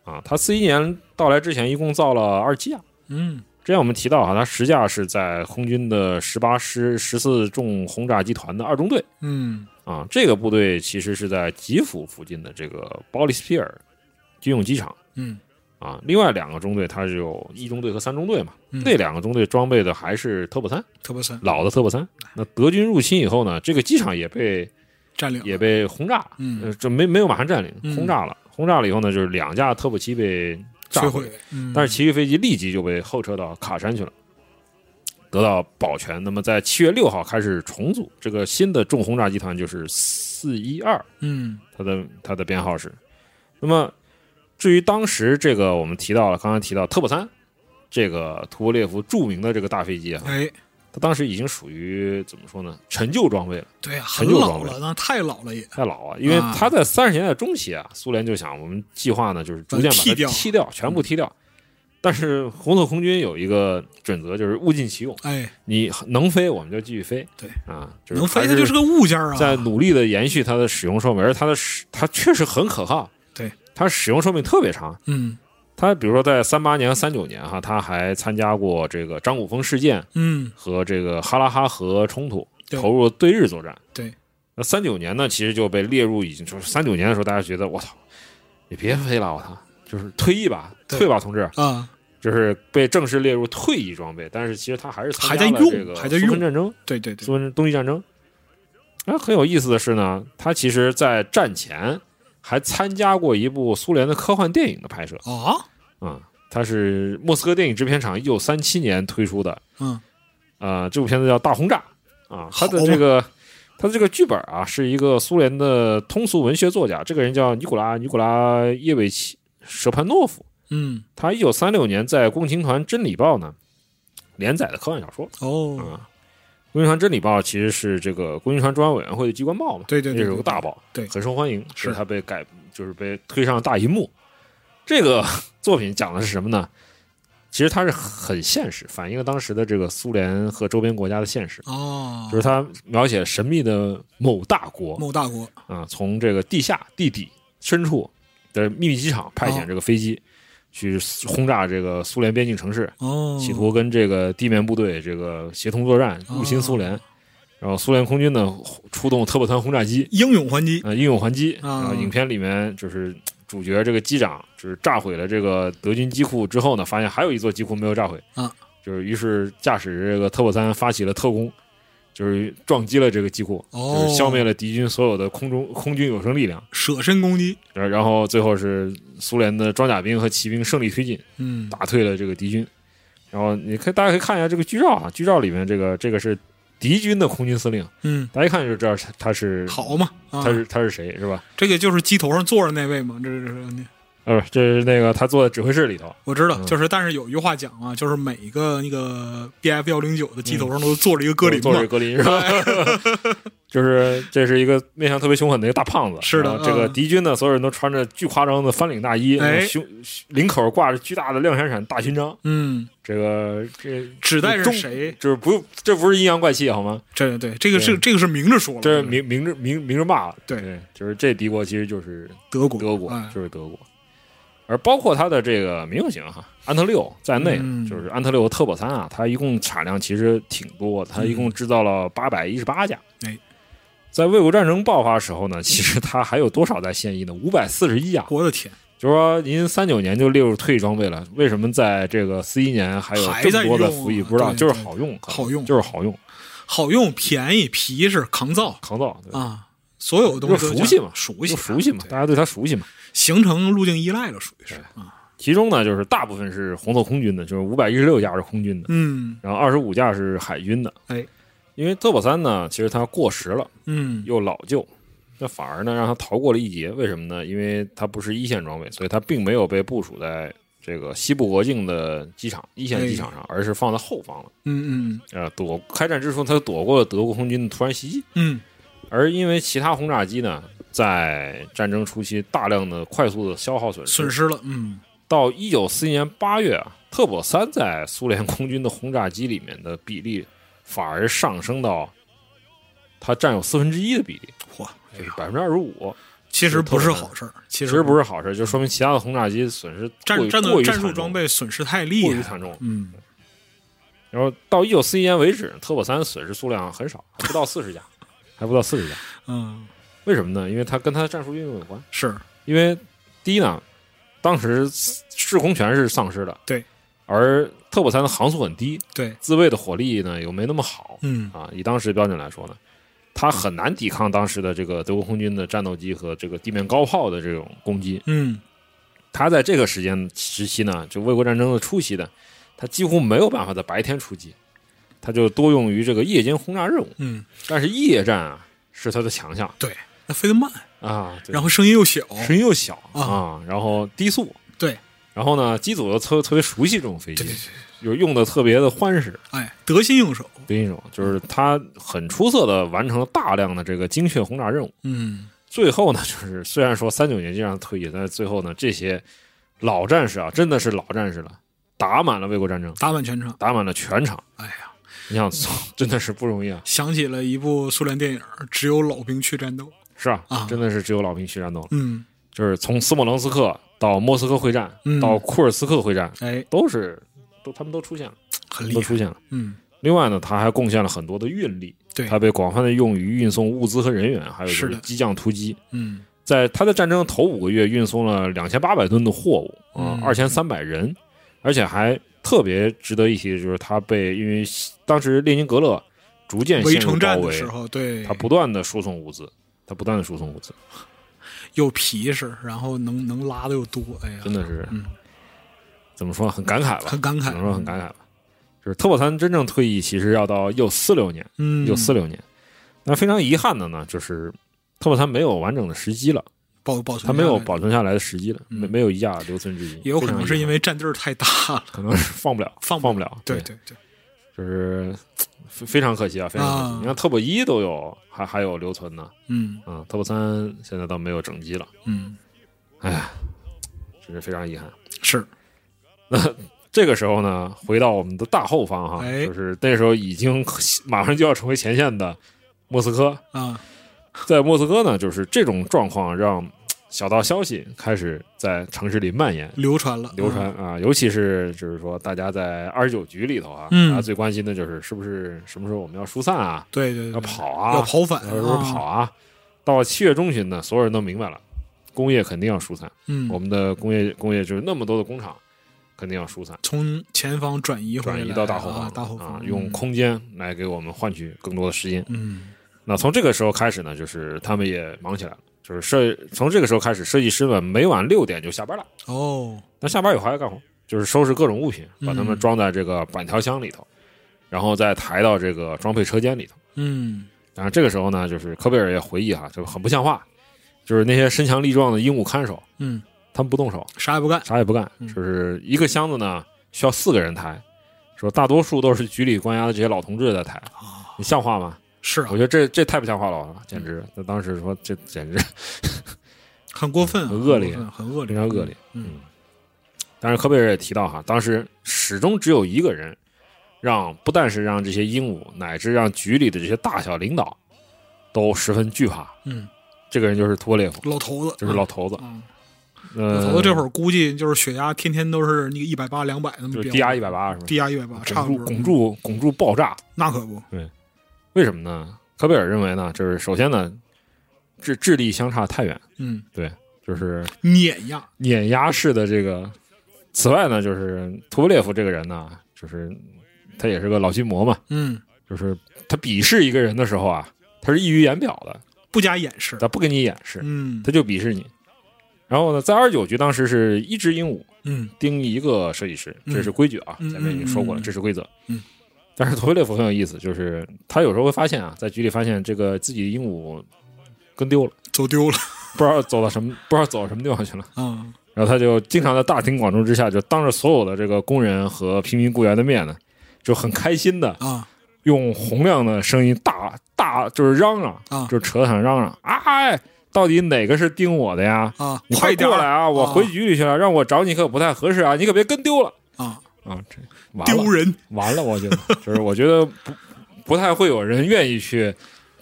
啊，它四一年到来之前一共造了二啊七架。嗯之前我们提到哈，它实际上是在空军的十八师十四重轰炸集团的二中队嗯啊，这个部队其实是在基辅附近的这个鲍里斯皮尔军用机场嗯啊。另外两个中队，它是有一中队和三中队嘛，嗯那两个中队装备的还是特步三，特别森老的特步嗯三。那德军入侵以后呢，这个机场也被占领也被轰炸，嗯呃，这没没有马上占嗯领，轰炸了，轰炸了以后呢，就是两架特步七被炸摧毁毁，，嗯但是其余飞机立即就被后撤到卡山去了，得到保全。那么在七月六号开始重组，这个新的重轰炸集团就是四一二，嗯它的它的编号是。那么至于当时这个我们提到了，刚刚提到特步三，这个图波列夫著名的这个大飞机啊，哎。它当时已经属于怎么说呢？陈旧装备了，对呀、很陈旧老装备了，那太老了也。太老啊。因为啊它在三十年代中期啊，苏联就想我们计划呢，就是逐渐把把它它踢掉嗯踢掉，全部踢掉。但是红色空军有一个准则，就是物尽其用。哎，你能飞我们就继续飞，对啊，就是能飞还它就是个物件儿啊。在努力的延续它的使用寿命，而它的使它确实很可靠，对，它使用寿命特别长。嗯它比如说在三八年、三九年哈，它还参加过这个张古峰事件嗯，和这个哈拉哈河冲突，对投入了对日作战。对，那三九年呢，其实就被列入已经就是三九年的时候，大家觉得我操，你别飞了，我操，就是退役吧，对退吧，同志，啊，就是被正式列入退役装备。但是其实它还是参还加在了用这个还在苏芬用战争。对对对，苏文东西战争。啊，很有意思的是呢，他其实在战前还参加过一部苏联的科幻电影的拍摄啊，啊、它是莫斯科电影制片厂一九三七年推出的，嗯呃，这部片子叫《大轰炸》，啊，他的这个他的这个剧本啊，是一个苏联的通俗文学作家，这个人叫尼古拉尼古拉耶维奇舍潘诺夫，嗯，他一九三六年在共青团《真理报》呢连载的科幻小说。哦，啊，《共青团真理报》其实是这个共青团中央委员会的机关报嘛，对对对那是个大报，对很受欢迎，是所以它被改，就是被推上大荧幕。这个 (laughs) 作品讲的是什么呢？其实它是很现实，反映了当时的这个苏联和周边国家的现实，哦，就是它描写神秘的某大国某大国，啊，从这个地下地底深处的秘密机场派哦遣这个飞机去轰炸这个苏联边境城市，哦，企图跟这个地面部队这个协同作战，入侵苏哦联。然后苏联空军呢出动特波탄轰炸机，英勇还击，呃，英勇还击。啊然后影片里面就是主角这个机长，就是炸毁了这个德军机库之后呢，发现还有一座机库没有炸毁啊，就是于是驾驶这个特波三发起了特攻，就是撞击了这个机库，哦嗯就是消灭了敌军所有的空中空军有生力量。舍身攻击，然后然后最后是苏联的装甲兵和骑兵胜利推进，嗯，打退了这个敌军。然后你可以大家可以看一下这个剧照啊，剧照里面这个这个是敌军的空军司令，嗯，大家一看就知道他他是好嘛，啊他，是他是谁是吧？这个就是机头上坐着那位嘛，这这这，呃，不是这是那个他坐在指挥室里头，我知道，嗯就是但是有一句话讲啊，就是每一个那个 B F 幺零九的机头上都坐着一个格林嗯坐嘛着，格林是 (laughs) 吧？就是这是一个面相特别凶狠的一个大胖子，是的然后这个嗯敌军呢，所有人都穿着巨夸张的翻领大衣，哎胸领口挂着巨大的亮闪闪大勋章，嗯，这个这指代是中谁？就是不用，这不是阴阳怪气好吗？这对这个是对这个是明着说了，这是明明着明明着骂了，嗯对对，就是这敌国其实就是德国德国哎，就是德国。而包括他的这个民用型哈，安特六在内，嗯就是安特六和特保三啊，它一共产量其实挺多，它一共制造了八百一十八架。嗯哎，在卫国战争爆发时候呢，其实它还有多少在现役呢？五百四十一架。我的天，就是说，您三九年就列入退役装备了，为什么在这个四一年还有还这在么多的用啊服役？不知道，对就是对好用，可能好用就是好用，好用、便宜、皮实、抗造抗造，对啊，所有东西都嗯就是熟悉嘛熟悉就啊熟悉嘛，对大家对它熟悉嘛。形成路径依赖了，属于是啊，其中呢，就是大部分是红色空军的，就是五百一十六架是空军的，嗯然后二十五架是海军的。哎，因为特保三呢，其实它过时了，嗯，又老旧，那反而呢让它逃过了一劫。为什么呢？因为它不是一线装备，所以它并没有被部署在这个西部国境的机场一哎线机场上，而是放在后方了。嗯嗯呃，躲开战之初，它躲过了德国空军的突然袭击，嗯，而因为其他轰炸机呢，在战争初期大量的快速的消耗损失，损失了，嗯到一九四一年八月啊，特保三在苏联空军的轰炸机里面的比例反而上升到它占有四分之一的比例，嚯，就是百分之二十哎五。其实不是好事儿，其其实实是不是好事，就说明其他的轰炸机损失过战于战过斗于战惨术重装备损失太厉过害于了，惨重了。嗯，然后到一九四一年为止，特保三损失数量很少，还不到四十架，还不到四十架。嗯，为什么呢？因为它跟它的战术运用有关。是因为第一呢，当时制空权是丧失的，对，而特保三的航速很低，对，自卫的火力呢又没那么好嗯啊，以当时的标准来说呢，它很难抵抗当时的这个德国空军的战斗机和这个地面高炮的这种攻击。嗯它在这个时间时期呢，就卫国战争的初期呢，它几乎没有办法在白天出击，它就多用于这个夜间轰炸任务。嗯，但是夜战啊是它的强项对，那飞得慢，啊，对然后声音又小，声音又小啊啊，然后低速，对，然后呢，机组又特特别熟悉这种飞对对机，对，就是用的特别的欢实。哎，得心应手，另一种就是他很出色的完成了大量的这个精确轰炸任务。嗯最后呢，就是虽然说三九年就让他退役，但是最后呢，这些老战士啊，真的是老战士了，打满了卫国战争，打满全场，打满了全场。哎呀，你想， (laughs) 真的是不容易啊！想起了一部苏联电影，只有老兵去战斗，是啊，啊真的是只有老兵去战斗了。嗯，就是从斯莫棱斯克到莫斯科会战，嗯到库尔斯克会战，哎，都是都他们都出现了，很都厉害，出现了。嗯，另外呢，它还贡献了很多的运力，对它被广泛的用于运送物资和人员，还有就是是的机降突击。嗯在它的战争头五个月，运送了两千八百吨的货物，啊、嗯二千三百人，而且还特别值得一提的就是，它被因为当时列宁格勒逐渐围陷入城包战的围时，候，对嗯它，不断的输送物资，它不断的输送物资，又皮实，然后能能拉的又多，哎呀，真的是、嗯怎么说很感慨吧？很感只能说很慨，感慨吧。就是特保参真正退役其实要到一九四六年，嗯，一九四六年。那非常遗憾的呢，就是特保参没有完整的时机了，保保存他没有下来，保存下来的时机了，没啊嗯没有一架留存至今，也有可能是因为为占地儿太大了。可能是放不了， (laughs) 放放不不了，对对对，就是非非常可惜啊，非常可惜。啊你看特保一都有，还还有留存呢，嗯啊，特保三现在倒没有整机了，嗯，真是非常遗憾。是这个时候呢，回到我们的大后方哈，哎就是那时候已经马上就要成为前线的莫斯科，啊，在莫斯科呢，就是这种状况让小道消息开始在城市里蔓延。流传了，流传啊，尤其是就是说，大家在二十九局里头啊，嗯大家最关心的就是是不是什么时候我们要疏散啊，对对对，要跑啊，要跑反，什么时候啊跑，啊？到七月中旬呢，所有人都明白了，工业肯定要疏散，嗯，我们的工业工业就是那么多的工厂，肯定要疏散，从前方转移回来转移到大后啊方，大后啊方，用空间来给我们换取更多的时间。嗯那从这个时候开始呢，就是他们也忙起来了，就是设从这个时候开始，设计师们每晚六点就下班了，嗯哦，那下班以后还要干活，就是收拾各种物品，把它们嗯装在这个板条箱里头，然后再抬到这个装配车间里头。嗯然后这个时候呢，就是科贝尔也回忆哈、啊就很不像话，就是那些身强力壮的鹦鹉看守，嗯，他们不动手，啥也不干，啥也不干，嗯就是一个箱子呢需要四个人抬，说大多数都是局里关押的这些老同志在抬，啊你像话吗？是啊我，觉得这这太不像话了，啊简直！嗯那当时说这简 (laughs) 直很过分啊，很恶劣很过分很恶非劣，常恶劣。嗯，当然，科贝尔也提到哈，当时始终只有一个人，让不但是让这些鹦鹉，乃至让局里的这些大小领导都十分惧怕。嗯，这个人就是托列夫，老头子就是老头子。嗯呃，老头子这会儿儿估计就是血压天天都是那个一百八、两百那么就是飙低压一百嗯八是吧？低压一百八，差拱不住多拱，住拱住爆炸，那可不，为什么呢？科贝尔认为呢，就是首先呢，智智力相差太远，嗯，就是碾压，碾压式的这个。此外呢，就是图波列夫这个人呢，就是他也是个老心魔嘛，嗯，就是他鄙视一个人的时候啊，他是溢于言表的，不加掩饰，他不给你掩饰，嗯他就鄙视你。然后呢，在二十九局当时是一只鹦鹉嗯盯一个设计师，嗯这是规矩啊，嗯前面已经说过嗯了，嗯这是规则。嗯。但是托列夫很有意思，就是他有时候会发现啊，在局里发现这个自己的鹦鹉跟丢了，走丢了不知道走到什么， (laughs) 不知道走到什么地方去了。啊，然后他就经常在大庭广众之下，就当着所有的这个工人和平民雇员的面呢，就很开心的啊用洪亮的声音大大就是嚷嚷，啊就是扯喊嚷嚷，哎，到底哪个是盯我的呀？啊，你快快点过儿来啊！我回局里去了，让我找你可不太合适啊！你可别跟丢了啊，啊！这完丢了，人，完了！我觉得就是我觉得不不太会有人愿意去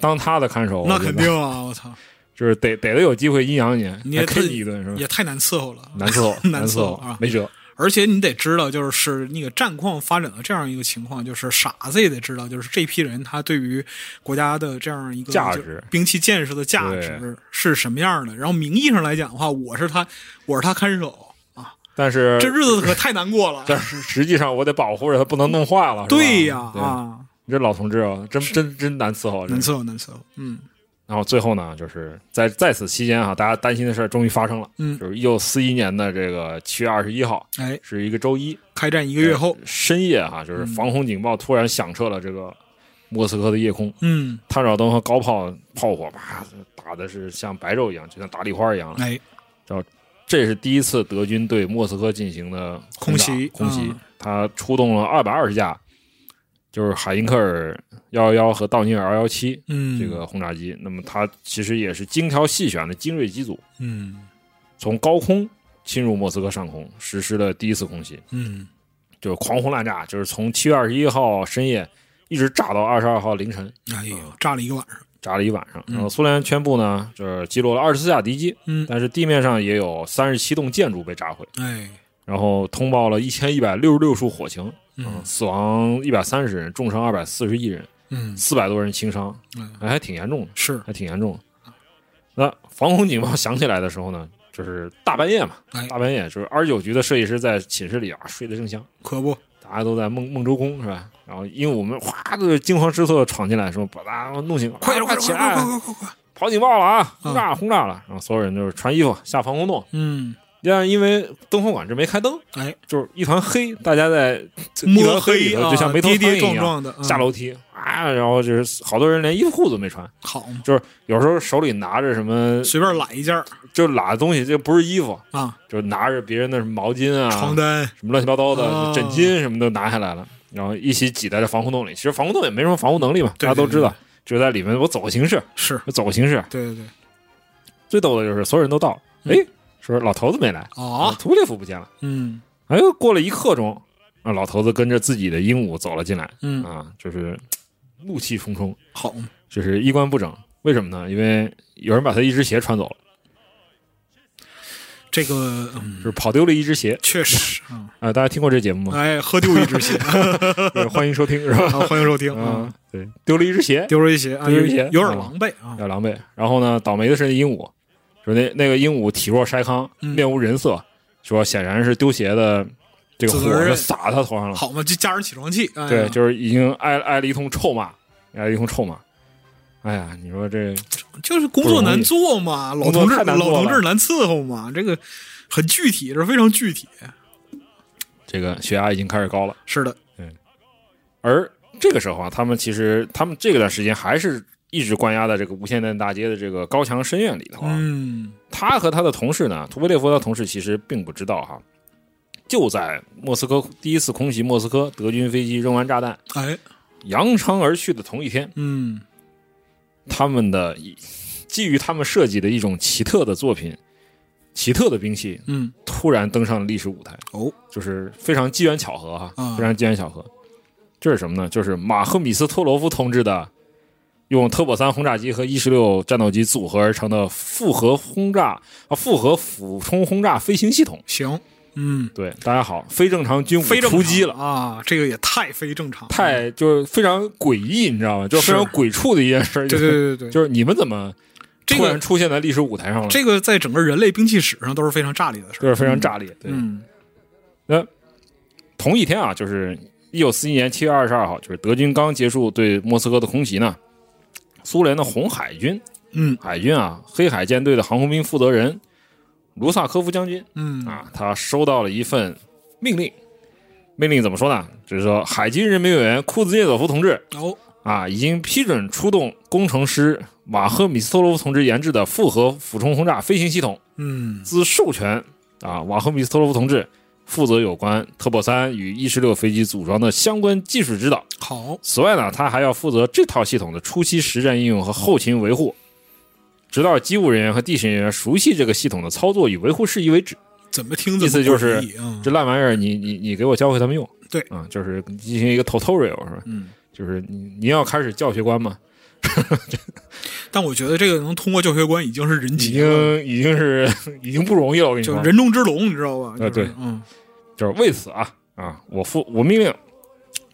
当他的看守，那我觉得肯定啊，我操，就是得得得有机会阴阳你，你还也坑自你一顿是吧？也太难伺候了。，难伺候 (laughs) 难难伺伺候候啊，没辙。而且你得知道，就是那个战况发展到这样一个情况，就是傻子也得知道，就是这批人他对于国家的这样一个价就值兵器建设的价值是什么样的。然后名义上来讲的话，我是他，我是他看守，但是这日子可太难过了。但是实际上我得保护着他，不能弄坏了。是吧对呀，对啊，你这老同志啊，真真真难伺候，真难是伺候，难伺候，嗯然后最后呢，就是在在此期间哈、大家担心的事儿终于发生了，嗯，就是一九四一年的这个七月二十一号，哎，是一个周一，开战一个月后，深夜哈、嗯就是防空警报突然响彻了这个莫斯科的夜空，嗯，探照灯和高炮炮火啪打的是像白昼一样，就像打地花一样了。哎，这是第一次德军对莫斯科进行的轰炸空袭空袭嗯，他出动了二百二十架，就是海因克尔幺幺幺和道尼尔幺幺七，嗯，这，个轰炸机。那么它其实也是精挑细选的精锐机组，嗯从高空侵入莫斯科上空，实施了第一次空袭，嗯就是狂轰滥炸，就是从七月二十一号深夜一直炸到二十二号凌晨，哎呦，炸了一个晚上，炸了一晚上。嗯然后苏联全部呢，就是击落了二十四架敌机，嗯，但是地面上也有三十七栋建筑被炸毁，哎，然后通报了一千一百六十六处火情，嗯死亡一百三十人，重伤二百四十一人，嗯，四百多人轻伤，哎嗯还还挺严重的。是，还挺严重的。那防空警报响起来的时候呢，就是大半夜嘛哎，大半夜就是二十九局的设计师在寝室里啊睡得正香，可不，大家都在梦梦周公是吧？然后鹦鹉们哗的惊慌失措地闯进来，说把大家弄醒，快点，啊快起点，嗯来快，快快快快，跑警报了啊，轰炸轰炸了！然后所有人就是穿衣服下防空洞，嗯但因为灯火管制没开灯，哎，就是一团黑，大家在一摸团黑里黑头啊，就像没头苍跌跌蝇撞一样撞的，嗯下楼梯啊，然后就是好多人连衣服裤子都没穿，好嘛，就是有时候手里拿着什么随便揽一件儿就拉的东西，这不是衣服，啊，就拿着别人的什么毛巾啊、床单什么乱七八糟的啊枕巾什么都拿下来了，然后一起挤在这防护洞里。其实防护洞也没什么防护能力嘛，对大家都知道对，就在里面我走个形式，是，我走个形式。对对对，最逗的就是所有人都到了，嗯哎，说老头子没来，哦老，图列夫不见了。嗯哎呦，过了一刻钟，啊，老头子跟着自己的鹦鹉走了进来，嗯，啊，就是嘖怒气冲冲，好嘛，就是衣冠不整。为什么呢？因为有人把他一只鞋穿走了，这个嗯就是跑丢了一只鞋确实，嗯啊、大家听过这节目吗？哎，喝丢一 (laughs) 只鞋，就是欢迎收听，是吧？啊欢迎收听， (laughs) 嗯啊，对，丢了一只鞋，丢了一鞋啊，丢有了一鞋嗯有点狼狈啊有，点狼狈。然后呢，倒霉的是那鹦鹉，说那那个鹦鹉体弱筛糠，嗯面无人色，说显然是丢鞋的这个责火任就撒他头上了。好嘛，就加上起床气，哎呀对，就是已经挨挨了一通臭骂，挨了一通臭骂。哎呀，你说这就是工作难做嘛，老不容易同志工作太难做老了同志难伺候嘛，这个很具体，这非常具体，这个血压已经开始高了。是的，而这个时候啊，他们其实他们这段时间还是一直关押在这个无线电大街的这个高墙深院里头啊。嗯，他和他的同事呢，图波列夫的同事其实并不知道哈，就在莫斯科第一次空袭莫斯科，德军飞机扔完炸弹，哎，扬长而去的同一天，嗯，他们的基于他们设计的一种奇特的作品、奇特的兵器，嗯，突然登上了历史舞台。哦，就是非常机缘巧合哈，啊非常机缘巧合。这是什么呢？就是马赫米斯托罗夫同志的用特波三轰炸机和一十六战斗机组合而成的复合轰炸啊，复合俯冲轰炸飞行系统。行，嗯，对，大家好，非正常军武非正出击常了，啊，这个也太非正常了，太就是非常诡异，你知道吗？就是非常鬼畜的一件事。对对对对对，就是你们怎么这突然个出现在历史舞台上了？这个在整个人类兵器史上都是非常炸裂的事这儿，是非常炸裂。对，嗯同一天啊，就是一九四一年七月二十二号，就是德军刚结束对莫斯科的空袭呢，苏联的红海军嗯海军啊黑海舰队的航空兵负责人卢萨科夫将军嗯，啊，他收到了一份命令，命令怎么说呢？就是说海军人民委员库兹涅佐夫同志哦，啊，已经批准出动工程师马赫米斯托罗夫同志研制的复合俯冲轰炸飞行系统。嗯，兹授权啊，瓦赫米斯托洛夫同志负责有关特波三与一十六飞机组装的相关技术指导。好，此外呢，他还要负责这套系统的初期实战应用和后勤维护，直到机务人员和地勤人员熟悉这个系统的操作与维护事宜为止。怎么听怎么意思就是诡异啊这烂玩意儿，你你你给我教会他们用。对啊，就是进行一个 tutorial 是吧？嗯，就是你你要开始教学观嘛，但我觉得这个能通过教学关已经是人已杰了，经已经是 (laughs) 已经不容易了。我跟你嗯就说，人中之龙，你知道吧？啊就是对，嗯，就是为此啊啊，我负我命令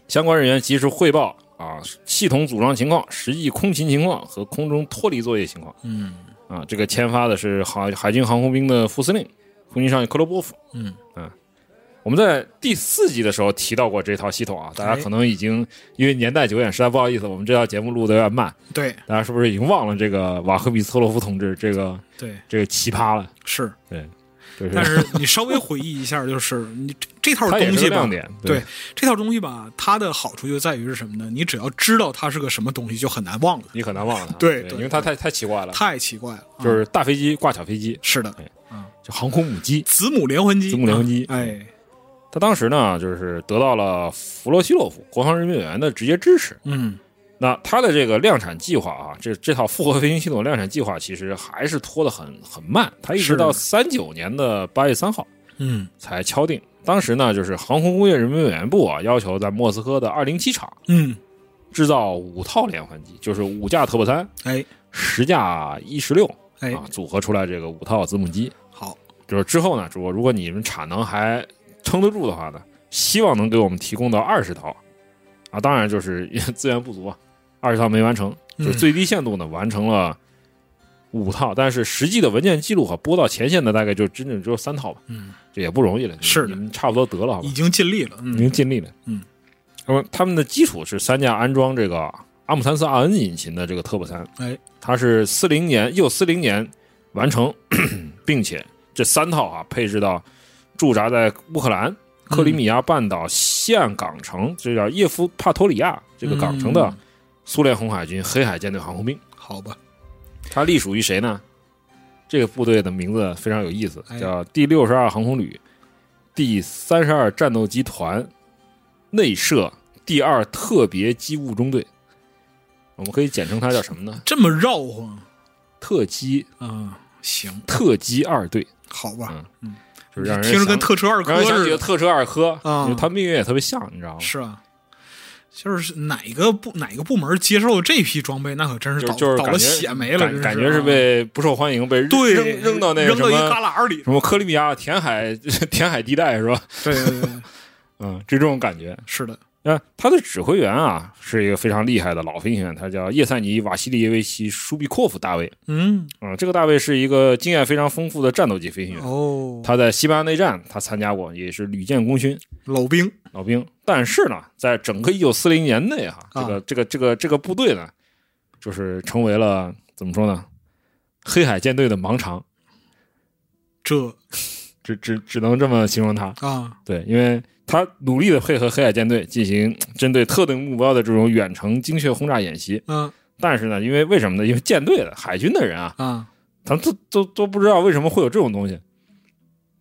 相关人员及时汇报啊系统组装情况、实际空勤情况和空中脱离作业情况嗯啊。这个签发的是海海军航空兵的副司令空军上尉克罗波夫。嗯啊，我们在第四集的时候提到过这套系统啊，大哎家可能已经因为年代久远，实在不好意思，我们这套节目录的有点慢，对大家是不是已经忘了这个瓦赫米斯特洛夫同志这个对这个奇葩了？是，就是但是你稍微回忆一下，就是你这这套他也东是西吧个亮，点，对这套东西吧，它的好处就在于是什么呢？你只要知道它是个什么东西，就很难忘了，你很难忘了他，对对因为他太太奇怪了，太奇怪了。啊就是大飞机挂小飞机，是的，就航空母机。子母连环机，子母连环机啊哎，他当时呢，就是得到了弗罗西洛夫国防人民委员的直接支持。嗯，那他的这个量产计划啊，这这套复合飞行系统量产计划其实还是拖得很很慢，他一是直到三九年的八月三号嗯才敲定。当时呢，就是航空工业人民委员部啊，要求在莫斯科的二零机场嗯，制造五套连环机，就是五架特波三、哎十架一十六哎，啊，组合出来这个五套子母机。好，就是之后呢，主播，如果你们产能还撑得住的话呢，希望能给我们提供到二十套啊。当然，就是 (laughs) 因为资源不足啊，二十套没完成，嗯就是最低限度呢完成了五套，但是实际的文件记录和播到前线的大概就真正只有三套吧。嗯，这也不容易了，是的你们差不多得了，好吧已？经尽力了，已嗯经尽力了。嗯，那么他们的基础是三架安装这个阿姆三四 RN 引擎的这个 Turbo 三，哎， (clears throat) 它是四零年一九四零年完成，并且这三套啊配置到驻扎在乌克嗯兰克里米亚半岛县港城，这叫叶夫帕托里亚这个港城的嗯苏联红海军黑海舰队航空兵，好吧，它隶属于谁呢？这个部队的名字非常有意思哎，叫第六十二航空旅、第三十二战斗集团内设第二特别机务中队。我们可以简称它叫什么呢？这么绕晃特机啊，行，特机二队，好吧，就是让人听着跟想特车二让哥人嗯想似起个的，特车二科啊因为它命运也特别像，你知道吗？是啊。就是哪个部哪个部门接受这批装备，那可真是就倒就是倒感了觉血霉了，真感感觉是啊被不受欢迎，被扔对扔扔到那个扔什到一旮么旯 (laughs) 里，什么克里米亚填海 (laughs) 填海地带是吧？对对对，嗯，就这种感觉。是的，那呃他的指挥员啊，是一个非常厉害的老飞行员，他叫叶塞尼瓦西里耶维奇舒比阔夫大卫。嗯，嗯，这个大卫是一个经验非常丰富的战斗机飞行员。哦，他在西班牙内战，他参加过，也是屡建功勋，老兵，老兵。但是呢，在整个一九四零年内哈、啊这个这个这个这个部队呢，就是成为了怎么说呢， (laughs) 黑海舰队的盲肠，这只只只能这么形容它。啊，对，因为他努力的配合黑海舰队进行针对特定目标的这种远程精确轰炸演习。嗯但是呢，因为为什么呢？因为舰队的海军的人啊，啊，他们都都都不知道为什么会有这种东西，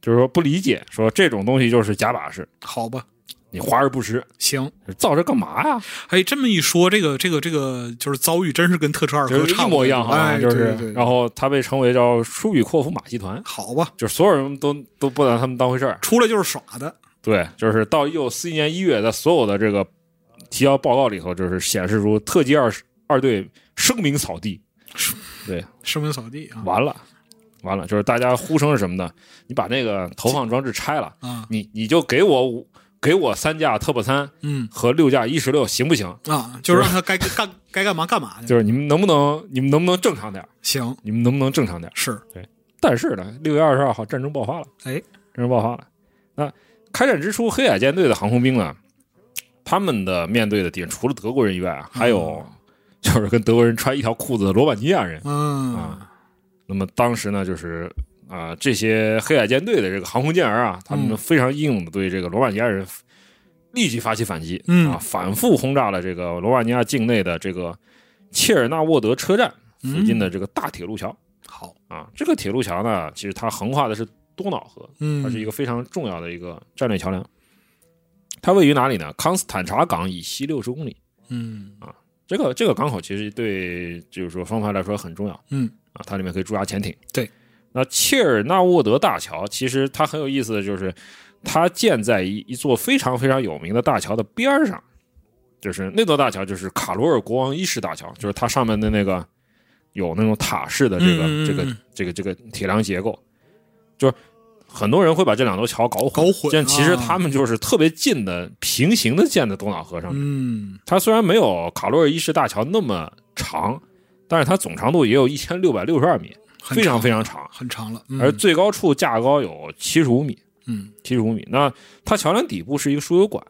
就是说不理解，说这种东西就是假把式，好吧，你华而不实，行，造这干嘛呀？哎，这么一说，这个这个这个就是遭遇，真是跟特车二就哥是差一不多，模一样哈、哎，就是。对对对然后他被称为叫舒比阔夫马戏团，好吧，就是所有人都都不拿他们当回事儿。出来就是耍的，对，就是到一九四一年一月，在所有的这个提交报告里头，就是显示出特级二二队声名扫地，声名扫地啊完了，完了，就是大家呼声是什么呢？你把那个投放装置拆了，啊，你你就给我五给我三架特步三嗯和六架一十六，行不行？啊，就是让他该 (laughs) 干该干嘛干嘛去，就是你们能不能你们能不能正常点儿？行，你们能不能正常点儿？是但是呢，六月二十二号战争爆发了，哎，战争爆发了。那开战之初，黑海舰队的航空兵呢，他们的面对的敌人除了德国人以外啊，还有就是跟德国人穿一条裤子的罗马尼亚人。嗯啊那么当时呢，就是啊、这些黑海舰队的这个航空舰儿啊，他们嗯非常英勇的对这个罗马尼亚人立即发起反击，嗯啊，反复轰炸了这个罗马尼亚境内的这个切尔纳沃德车站附近的这个大铁路桥、嗯好，啊。这个铁路桥呢，其实它横跨的是多瑙河，啊嗯，它是一个非常重要的一个战略桥梁。它位于哪里呢？康斯坦察港以西六十公里。嗯这个这个港口其实对就是说方法来说很重要。嗯啊，它里面可以驻扎潜艇。对，那切尔纳沃德大桥其实它很有意思的就是，它建在一一座非常非常有名的大桥的边儿上，就是那座大桥就是卡罗尔国王一世大桥，就是它上面的那个有那种塔式的这个、嗯嗯嗯这个嗯这个这个铁梁结构，就是很多人会把这两座桥搞混，搞混但其实啊他们就是特别近的平行的建在多瑙河上面。嗯它虽然没有卡罗尔一世大桥那么长，但是它总长度也有一千六百六十二米，很非常长非常长，很长了，而嗯最高处架高有七十五米，嗯七十五米。那它桥梁底部是一个输油管，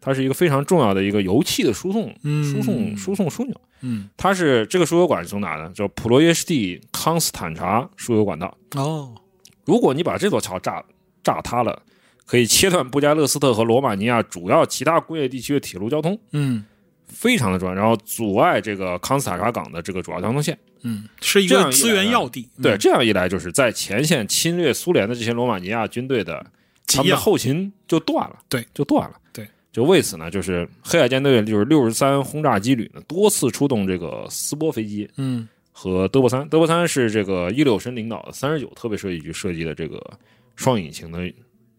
它是一个非常重要的一个油气的输送、嗯输送、输送枢纽。嗯它是这个输油管是从哪呢？叫普罗耶什蒂康斯坦察输油管道。哦如果你把这座桥炸炸塌了，可以切断布加勒斯特和罗马尼亚主要其他工业地区的铁路交通。嗯非常的重要，然后阻碍这个康斯塔查港的这个主要交通线。嗯，是一这个样一来资源呢要地，嗯对，这样一来，就是在前线侵略苏联的这些罗马尼亚军队的给他们的养后勤就断了，对，就断了，对。就为此呢，就是黑海舰队就是六十三轰炸机旅呢，多次出动这个斯波飞机嗯和德波三。德波三是这个伊柳申领导的三十九特别设计局设计的这个双引擎的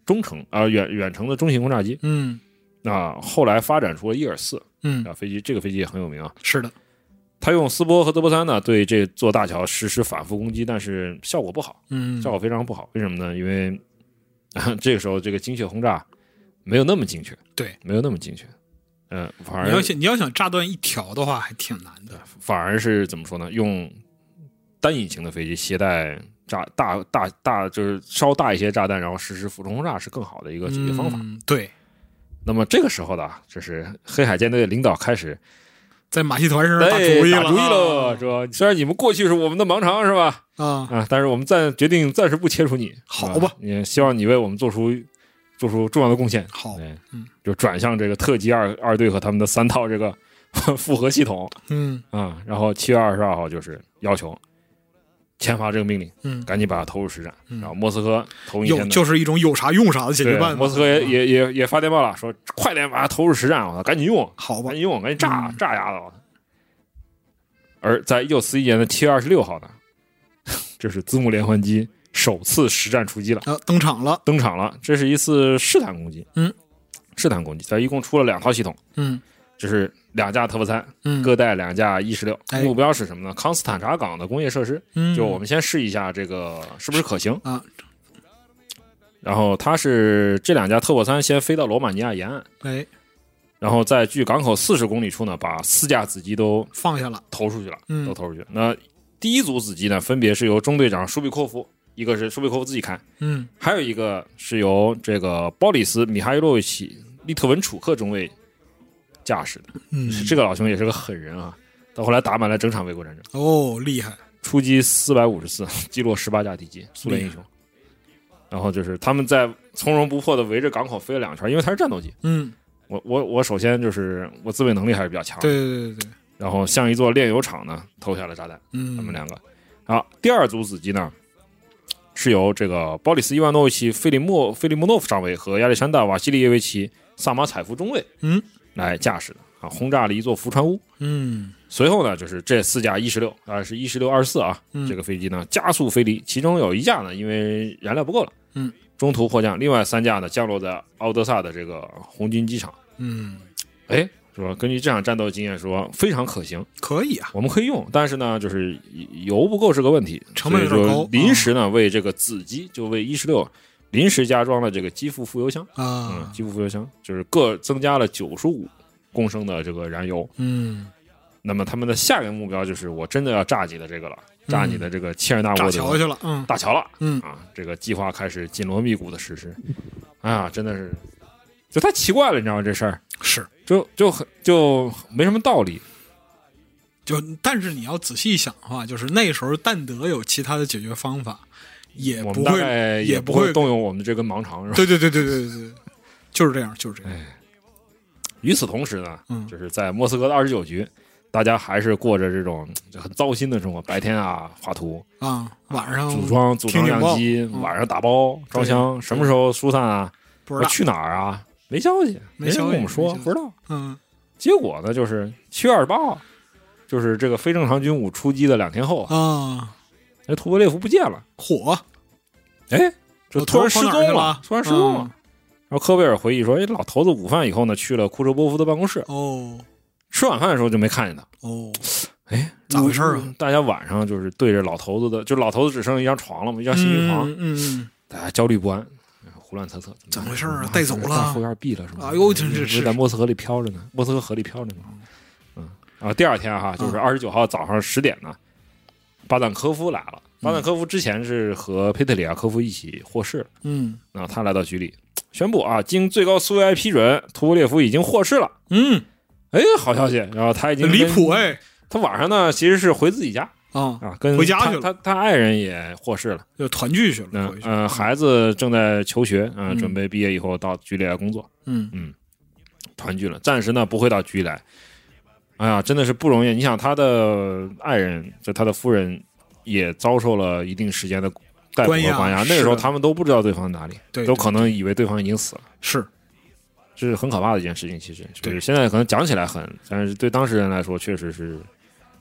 中程啊、呃远远程的中型轰炸机。嗯那后来发展出了伊尔四嗯，啊飞机，这个飞机也很有名啊。是的，他用斯波和德波三呢对这座大桥实施反复攻击，但是效果不好，嗯效果非常不好。为什么呢？因为 (laughs) 啊这个时候这个精确轰炸没有那么精确，对，没有那么精确。嗯、反你要而想你要想炸断一条的话，还挺难的。反而是怎么说呢？用单引擎的飞机携带炸大大大就是稍大一些炸弹，然后实施俯冲轰炸是更好的一个解决方法。嗯嗯、对，啊那么这个时候呢，就是黑海舰队的领导开始在马戏团身上打对，主意打主意了了，说虽然你们过去是我们的盲肠是吧？啊！啊，但是我们暂决定暂时不切除你，好是吧？也希望你为我们做出做出重要的贡献。好，哎嗯，就转向这个特级二二队和他们的三套这个复合系统嗯啊、然后七月二十二号就是要求签发这个命令，嗯，赶紧把它投入实战。嗯然后莫斯科头一天有的就是一种有啥用啥的解决对办法。莫斯科也啊也也也发电报了，说快点把它投入实战，我操，赶紧用，好吧赶，紧用，赶紧炸、嗯炸丫的！而在一九四一年的七月二十六号呢， (laughs) 这是字幕连环机首次实战出击了，啊，登场了，登场了。这是一次试探攻击，嗯，试探攻击，它一共出了两套系统，嗯就是两架特步三，嗯，各带两架 E 十六。哎目标是什么呢？康斯坦察港的工业设施，嗯就我们先试一下这个是不是可行啊。然后它是这两架特步三先飞到罗马尼亚沿岸，哎然后在距港口四十公里处呢，把四架子机都放下了，投出去了，嗯都投出去了。那第一组子机呢，分别是由中队长舒比科夫，一个是舒比科夫自己开，嗯还有一个是由这个鲍里斯·米哈伊洛维奇·利特文楚克中尉驾驶的。嗯，这个老兄也是个狠人啊，到后来打满了整场卫国战争，哦，厉害，出击四百五十次，击落十八架敌机，苏联英雄。然后就是他们在从容不迫的围着港口飞了两圈，因为它是战斗机。嗯，我我我首先就是我自卫能力还是比较强的，对对对对，然后向一座炼油厂呢投下了炸弹，嗯，他们两个。啊，第二组子机呢是由这个鲍里斯·伊万诺维奇·菲利莫菲利莫诺夫上尉和亚历山大·瓦西里耶维奇·萨马采夫中尉嗯来驾驶的啊，轰炸了一座浮船坞。嗯随后呢，就是这四架 E 十六啊，是 E 十六二十四啊，嗯这个飞机呢加速飞离，其中有一架呢因为燃料不够了，嗯，中途迫降，另外三架呢降落在奥德萨的这个红军机场。嗯，哎，说根据这场战斗经验说非常可行，可以啊，我们可以用，但是呢，就是油不够是个问题，成本有所点以高就临时呢为这个子机，就为一十六临时加装了这个机腹副油箱，嗯，啊，机腹副油箱就是各增加了九十五公升的这个燃油。嗯，那么他们的下一个目标就是，我真的要炸你的这个了，炸你的这个切尔纳嗯炸沃德桥去了，嗯大桥了，嗯啊，这个计划开始紧锣密鼓的实施，啊，真的是就太奇怪了，你知道吗？这事儿是，就就很就没什么道理，就但是你要仔细想的话，就是那时候但德有其他的解决方法，也我不们大会，概也不不会会动用我们这根盲肠，是吧？对对对对对对对，就是这样，就是这样，与此同时呢，嗯就是在莫斯科的二十九局，大家还是过着这种就很糟心的生活。白天啊，画图，啊，晚上组装组听装警报样机，嗯晚上打包装箱，什么时候疏散啊？不我知道，去哪儿啊？没消息，没消息人跟我们说没消息不知道。嗯结果呢，就是七月二十八号，就是这个非正常军武出击的两天后啊，啊，那图波列夫不见了，火，哎，就老突头然儿失跑哪儿去踪了突然失踪了嗯。然后科贝尔回忆说：“哎，老头子午饭以后呢，去了库车波夫的办公室，哦吃晚饭的时候就没看见他。”哦，哎，咋回事儿啊嗯？大家晚上就是对着老头子的，就老头子只剩一张床了嘛，一张新嗯女床，嗯嗯大家焦虑不安，胡乱猜测，怎么回事儿啊嗯带走了在后院毙了是吧？哎呦真是不是在莫斯科里飘着呢，莫斯科河里飘着呢。嗯，然后第二天嗯哈，就是二十九号早上十点呢，巴赞科夫来了。巴赞科夫之前是和佩特里亚科夫一起获释，嗯然后他来到局里，宣布啊，经最高苏维埃批准，图波列夫已经获释了。嗯哎，好消息！然后他已经嗯，离跟谱！哎他晚上呢，其实是回自己家，啊，啊，跟回家去了他他他爱人也获释了，就团聚去了，嗯回去，呃，孩子正在求学，嗯，嗯准备毕业以后到局里来工作，嗯团聚了，暂时呢不会到局里来。哎呀，真的是不容易！你想，他的爱人，就他的夫人，也遭受了一定时间的逮捕和关押关押。那个是时候，他们都不知道对方在哪里，对都可能以为对方已经死了，是这是很可怕的一件事情。其实，就是对现在可能讲起来很，但是对当事人来说，确实是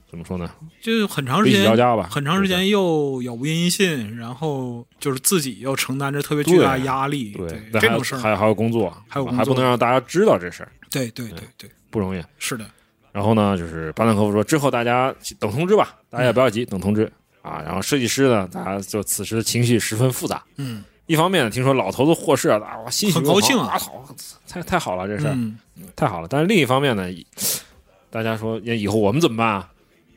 怎么说呢？就很长时悲喜间交加吧，很长时间又杳无音信，然后就是自己又承担着特别巨大的压力，对对但这还种事儿，还还有工作，还有工还不作能让大家知道这事儿，对对对对，不容易。是的，然后呢，就是巴赞科夫说，之后大家等通知吧，嗯大家也不要急，等通知啊。然后设计师呢，大家就此时情绪十分复杂。嗯一方面呢，听说老头子获释啊，哇，欣喜很若高狂兴啊哇好，太太好了，这事儿、嗯太好了。但是另一方面呢，以大家说，也以后我们怎么办啊？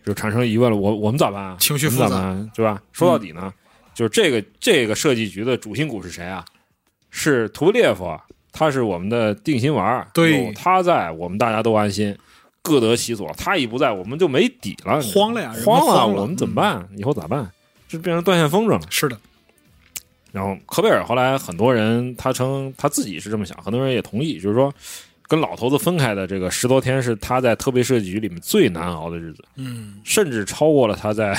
就产生疑问了，我我们咋办啊？情绪嗯我们咋复杂办啊，对吧？说到底呢，就是这个这个设计局的主心骨是谁啊？是图列夫啊，他是我们的定心丸儿，对有他在，我们大家都安心。各得其所，他一不在，我们就没底了，慌了呀人们慌慌了嗯我们怎么办？以后咋办？这变成断线风筝了。是的，然后科贝尔后来很多人他称他自己是这么想，很多人也同意，就是说跟老头子分开的这个十多天是他在特别设计局里面最难熬的日子，嗯，甚至超过了他在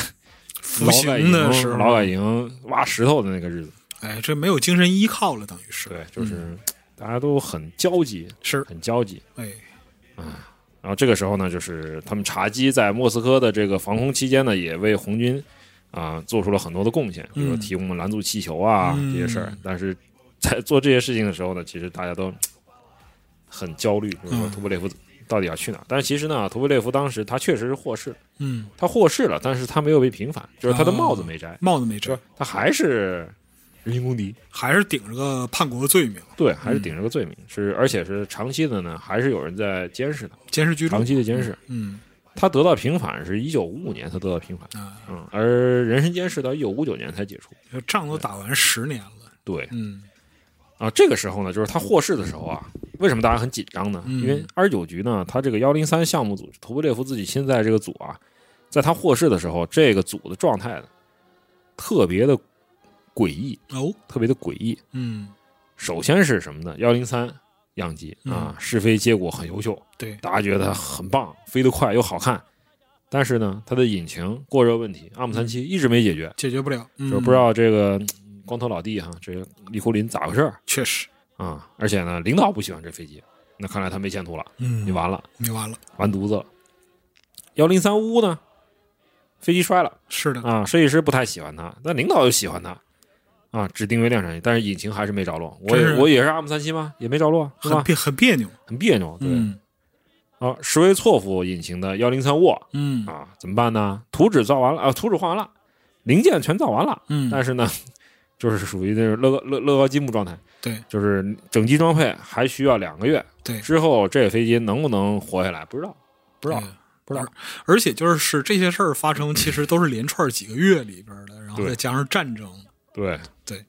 服劳改刑营的时劳候，改营挖石头的那个日子。哎，这没有精神依靠了，等于是对，就是大家都很焦急，是，很焦急。哎，然后这个时候呢，就是他们茶几在莫斯科的这个防空期间呢，也为红军啊、做出了很多的贡献，比如说嗯提供了拦阻气球啊、嗯这些事儿。但是在做这些事情的时候呢，其实大家都嘖很焦虑，就是说嗯图波列夫到底要去哪儿？但是其实呢，图波列夫当时他确实是获释，嗯，他获释了，但是他没有被平反，就是他的哦帽子没摘，帽子没就摘啊是，他还是人民公敌。嗯还是顶着个叛国的罪名，对，还是顶着个罪名，是而且是长期的呢，还是有人在监视他，监视居住长，期的监视。嗯，他得到平反是一九五五年，他得到平反，啊，嗯，而人身监视到一九五九年才解除。这仗都打完十年了，对嗯啊，这个时候呢，就是他获释的时候啊，为什么大家很紧张呢？嗯因为二十九局呢，他这个幺零三项目组图波列夫自己现在这个组啊，在他获释的时候，这个组的状态呢，特别的诡异，哦，特别的诡异。嗯，首先是什么呢？幺零三样机啊，嗯试飞结果很优秀，对，大家觉得很棒，飞得快又好看。但是呢，它的引擎过热问题，阿姆三七一直没解决，解决不了，就嗯是不知，道这个嗯光头老弟哈，这个利库林咋回事儿确实，啊？而且呢，领导不喜欢这飞机，那看来他没前途了，嗯，你完了，你完了，完犊子了。幺零三乌呢，飞机摔了是的，啊，设计师不太喜欢他，但领导又喜欢他啊，只定位量产机，但是引擎还是没着落。我真也是我也是阿姆三七吗？也没着落，是很吧？别很别扭，很别扭，对、嗯啊，什维措夫引擎的幺零三沃。嗯啊，怎么办呢？图纸造完了啊，图纸画完了，零件全造完了，嗯，但是呢，就是属于那种乐高乐乐高积木状态，对，就是整机装配还需要两个月，对之后这飞机能不能活下来不知道，不知道，哎不知道，而且就是是这些事儿发生，其实都是连串几个月里边的，然后对再加上战争，对对，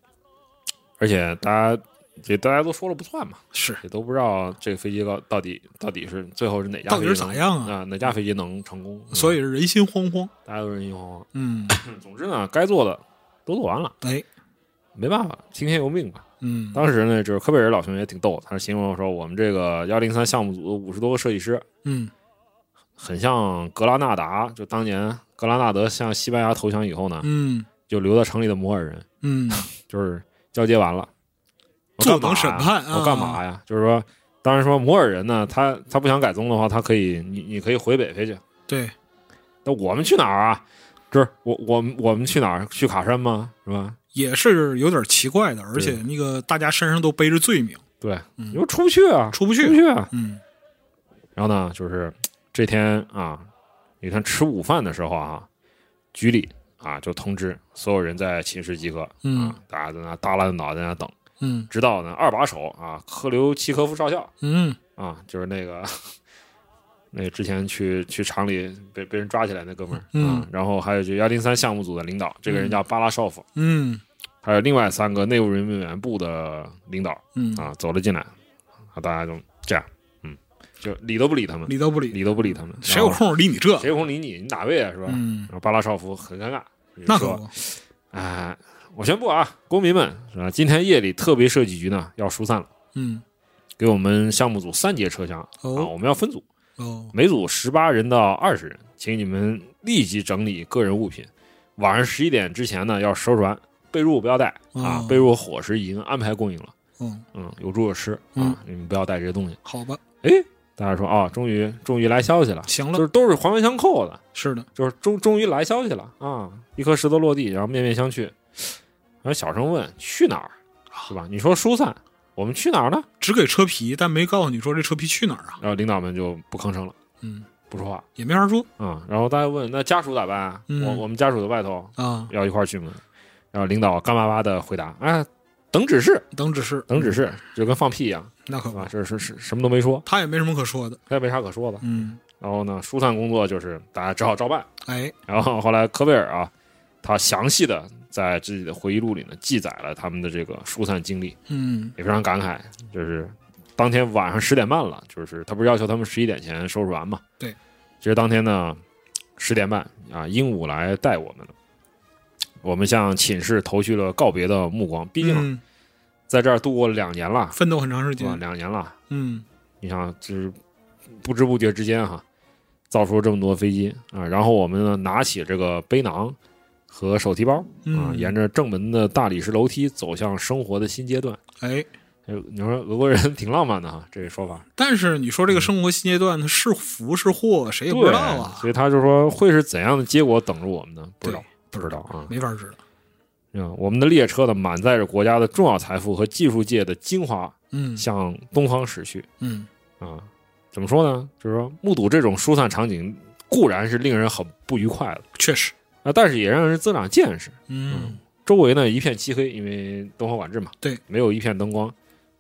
而且大家也大家都说了不算嘛，是也都不知道这个飞机到到底到底是最后是哪架到飞底机是咋能样啊？啊、哪架飞机能成功，所以以人心惶惶，大家都人心惶惶。 (laughs) 嗯，总之呢，该做的都做完了，哎，没办法，听天由命吧。嗯，当时呢，就是科贝尔老兄也挺逗，他形容说我们这个幺零三项目组五十多个设计师，嗯，很像格拉纳达，就当年格拉纳德向西班牙投降以后呢，嗯，就留在城里的摩尔人，嗯，就是交接完了，我坐干嘛等呀审判啊我干嘛呀？就是说，当然说摩尔人呢，他他不想改宗的话，他可以，你你可以回北非去。对，那我们去哪儿啊？就是我我们我们去哪儿？去卡山吗？是吧？也是有点奇怪的，而且那个大家身上都背着罪名，对，嗯你说出不去啊，出不出不去，去啊。嗯，然后呢，就是这天啊，你看吃午饭的时候啊，局里啊就通知所有人在寝室集合，嗯啊，大家在那耷拉着脑袋在那等，嗯，直到呢二把手啊科留契科夫少校嗯，啊，就是那个 (laughs) 那个之前去去厂里被被人抓起来那哥们儿，嗯啊，然后还有就幺零三项目组的领导，这个人叫巴拉绍夫，嗯，还有另外三个内务人民委员部的领导嗯，啊走了进来，啊，大家就这样，嗯，就理都不理他们。理都不理，理都不理他们，谁有然后空理你这？谁有空理你？你哪位啊？是吧？嗯然，后巴拉绍夫很尴尬，就那可说不，：“哎、我宣布啊，公民们是吧？今天夜里特别设计局呢要疏散了，嗯，给我们项目组三节车厢、啊，哦我们要分组，哦，每组十八人到二十人，请你们立即整理个人物品，晚上十一点之前呢要收拾完，被褥不要带啊哦，被褥、伙食已经安排供应了，哦，嗯，有住有吃啊，嗯你们不要带这些东西。好吧，大家说啊、终于终于来消息了，行就了，是都是环环相扣的。”是的，就是终终于来消息了啊！一颗石头落地，然后面面相觑。然后小声问：“去哪儿？是吧？”你说疏散，我们去哪儿呢？只给车皮，但没告诉你说这车皮去哪儿啊？然后领导们就不吭声了，嗯，不说话也没法说啊、然后大家问：“那家属咋办啊？嗯我我们家属在外头，啊，要一块儿去吗？”然后领导干巴巴的回答：“啊，等指示，等指示，等指，示，就跟放屁一样那可不啊！，这是是什么都没说，他也没什么可说的，他也没啥可说的。嗯，然后呢，疏散工作就是大家只好照办。哎，然后后来科贝尔啊，他详细的在自己的回忆录里呢记载了他们的这个疏散经历，嗯，也非常感慨，就是当天晚上十点半了，就是他不是要求他们十一点前收拾完嘛？对。其实当天呢，十点半啊，鹦鹉来带我们了。我们向寝室投去了告别的目光，毕竟嗯，在这儿度过了两年了，奋斗很长时对吧？间，两年了，嗯，你想，就是不知不觉之间哈，造出了这么多飞机啊。然后我们呢，拿起这个背囊和手提包啊，嗯沿着正门的大理石楼梯走向生活的新阶段。哎，哎你说俄国人 (laughs) 挺浪漫的哈，这个说法，但是你说这个生活新阶段，它是福是祸，谁也不知道啊对，所以他就说会是怎样的结果等着我们呢？不知道，对不知道啊。没法知道。嗯，我们的列车呢，满载着国家的重要财富和技术界的精华，嗯向东方驶去嗯，啊。怎么说呢？就是说，目睹这种疏散场景固然是令人很不愉快的。确实，啊，但是也让人增长见识。嗯周围呢一片漆黑，因为东方管制嘛，对，没有一片灯光。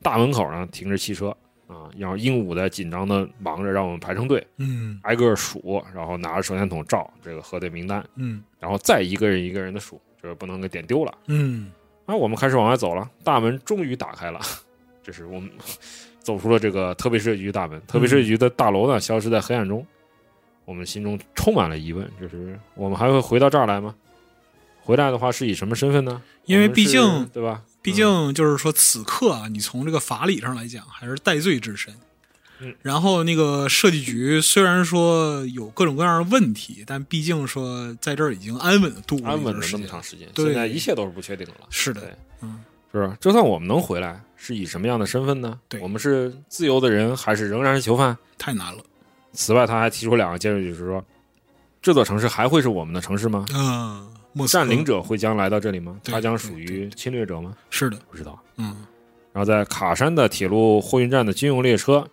大门口呢停着汽车啊，然后鹦鹉在紧张的忙着让我们排成队，嗯挨个数，然后拿着手电筒照这个核对名单，嗯然后再一个人一个人的数，就是不能给点丢了。嗯，啊，我们开始往外走了，大门终于打开了， (laughs) 这是我们走出了这个特别设计局大门。特别设嗯计局的大楼呢，消失在黑暗中，我们心中充满了疑问，就是我们还会回到这儿来吗？回来的话是以什么身份呢？因为我们毕是竟对吧？毕竟就是说此刻啊，你从这个法理上来讲，还是戴罪之身嗯。然后那个设计局虽然说有各种各样的问题，但毕竟说在这儿已经安稳的度过了安一稳段了时那间么长时间，对现在一切都是不确定的了。是对的，嗯是不是？就算我们能回来，是以什么样的身份呢？对我们是自由的人，还是仍然是囚犯？太难了，此外，他还提出两个结论，就是说，这座城市还会是我们的城市吗？嗯， (laughs) 莫斯科占领者会将来到这里吗？对他将属对于侵略者吗？是的，不知道。嗯然后在卡山的铁路货运站的军用列车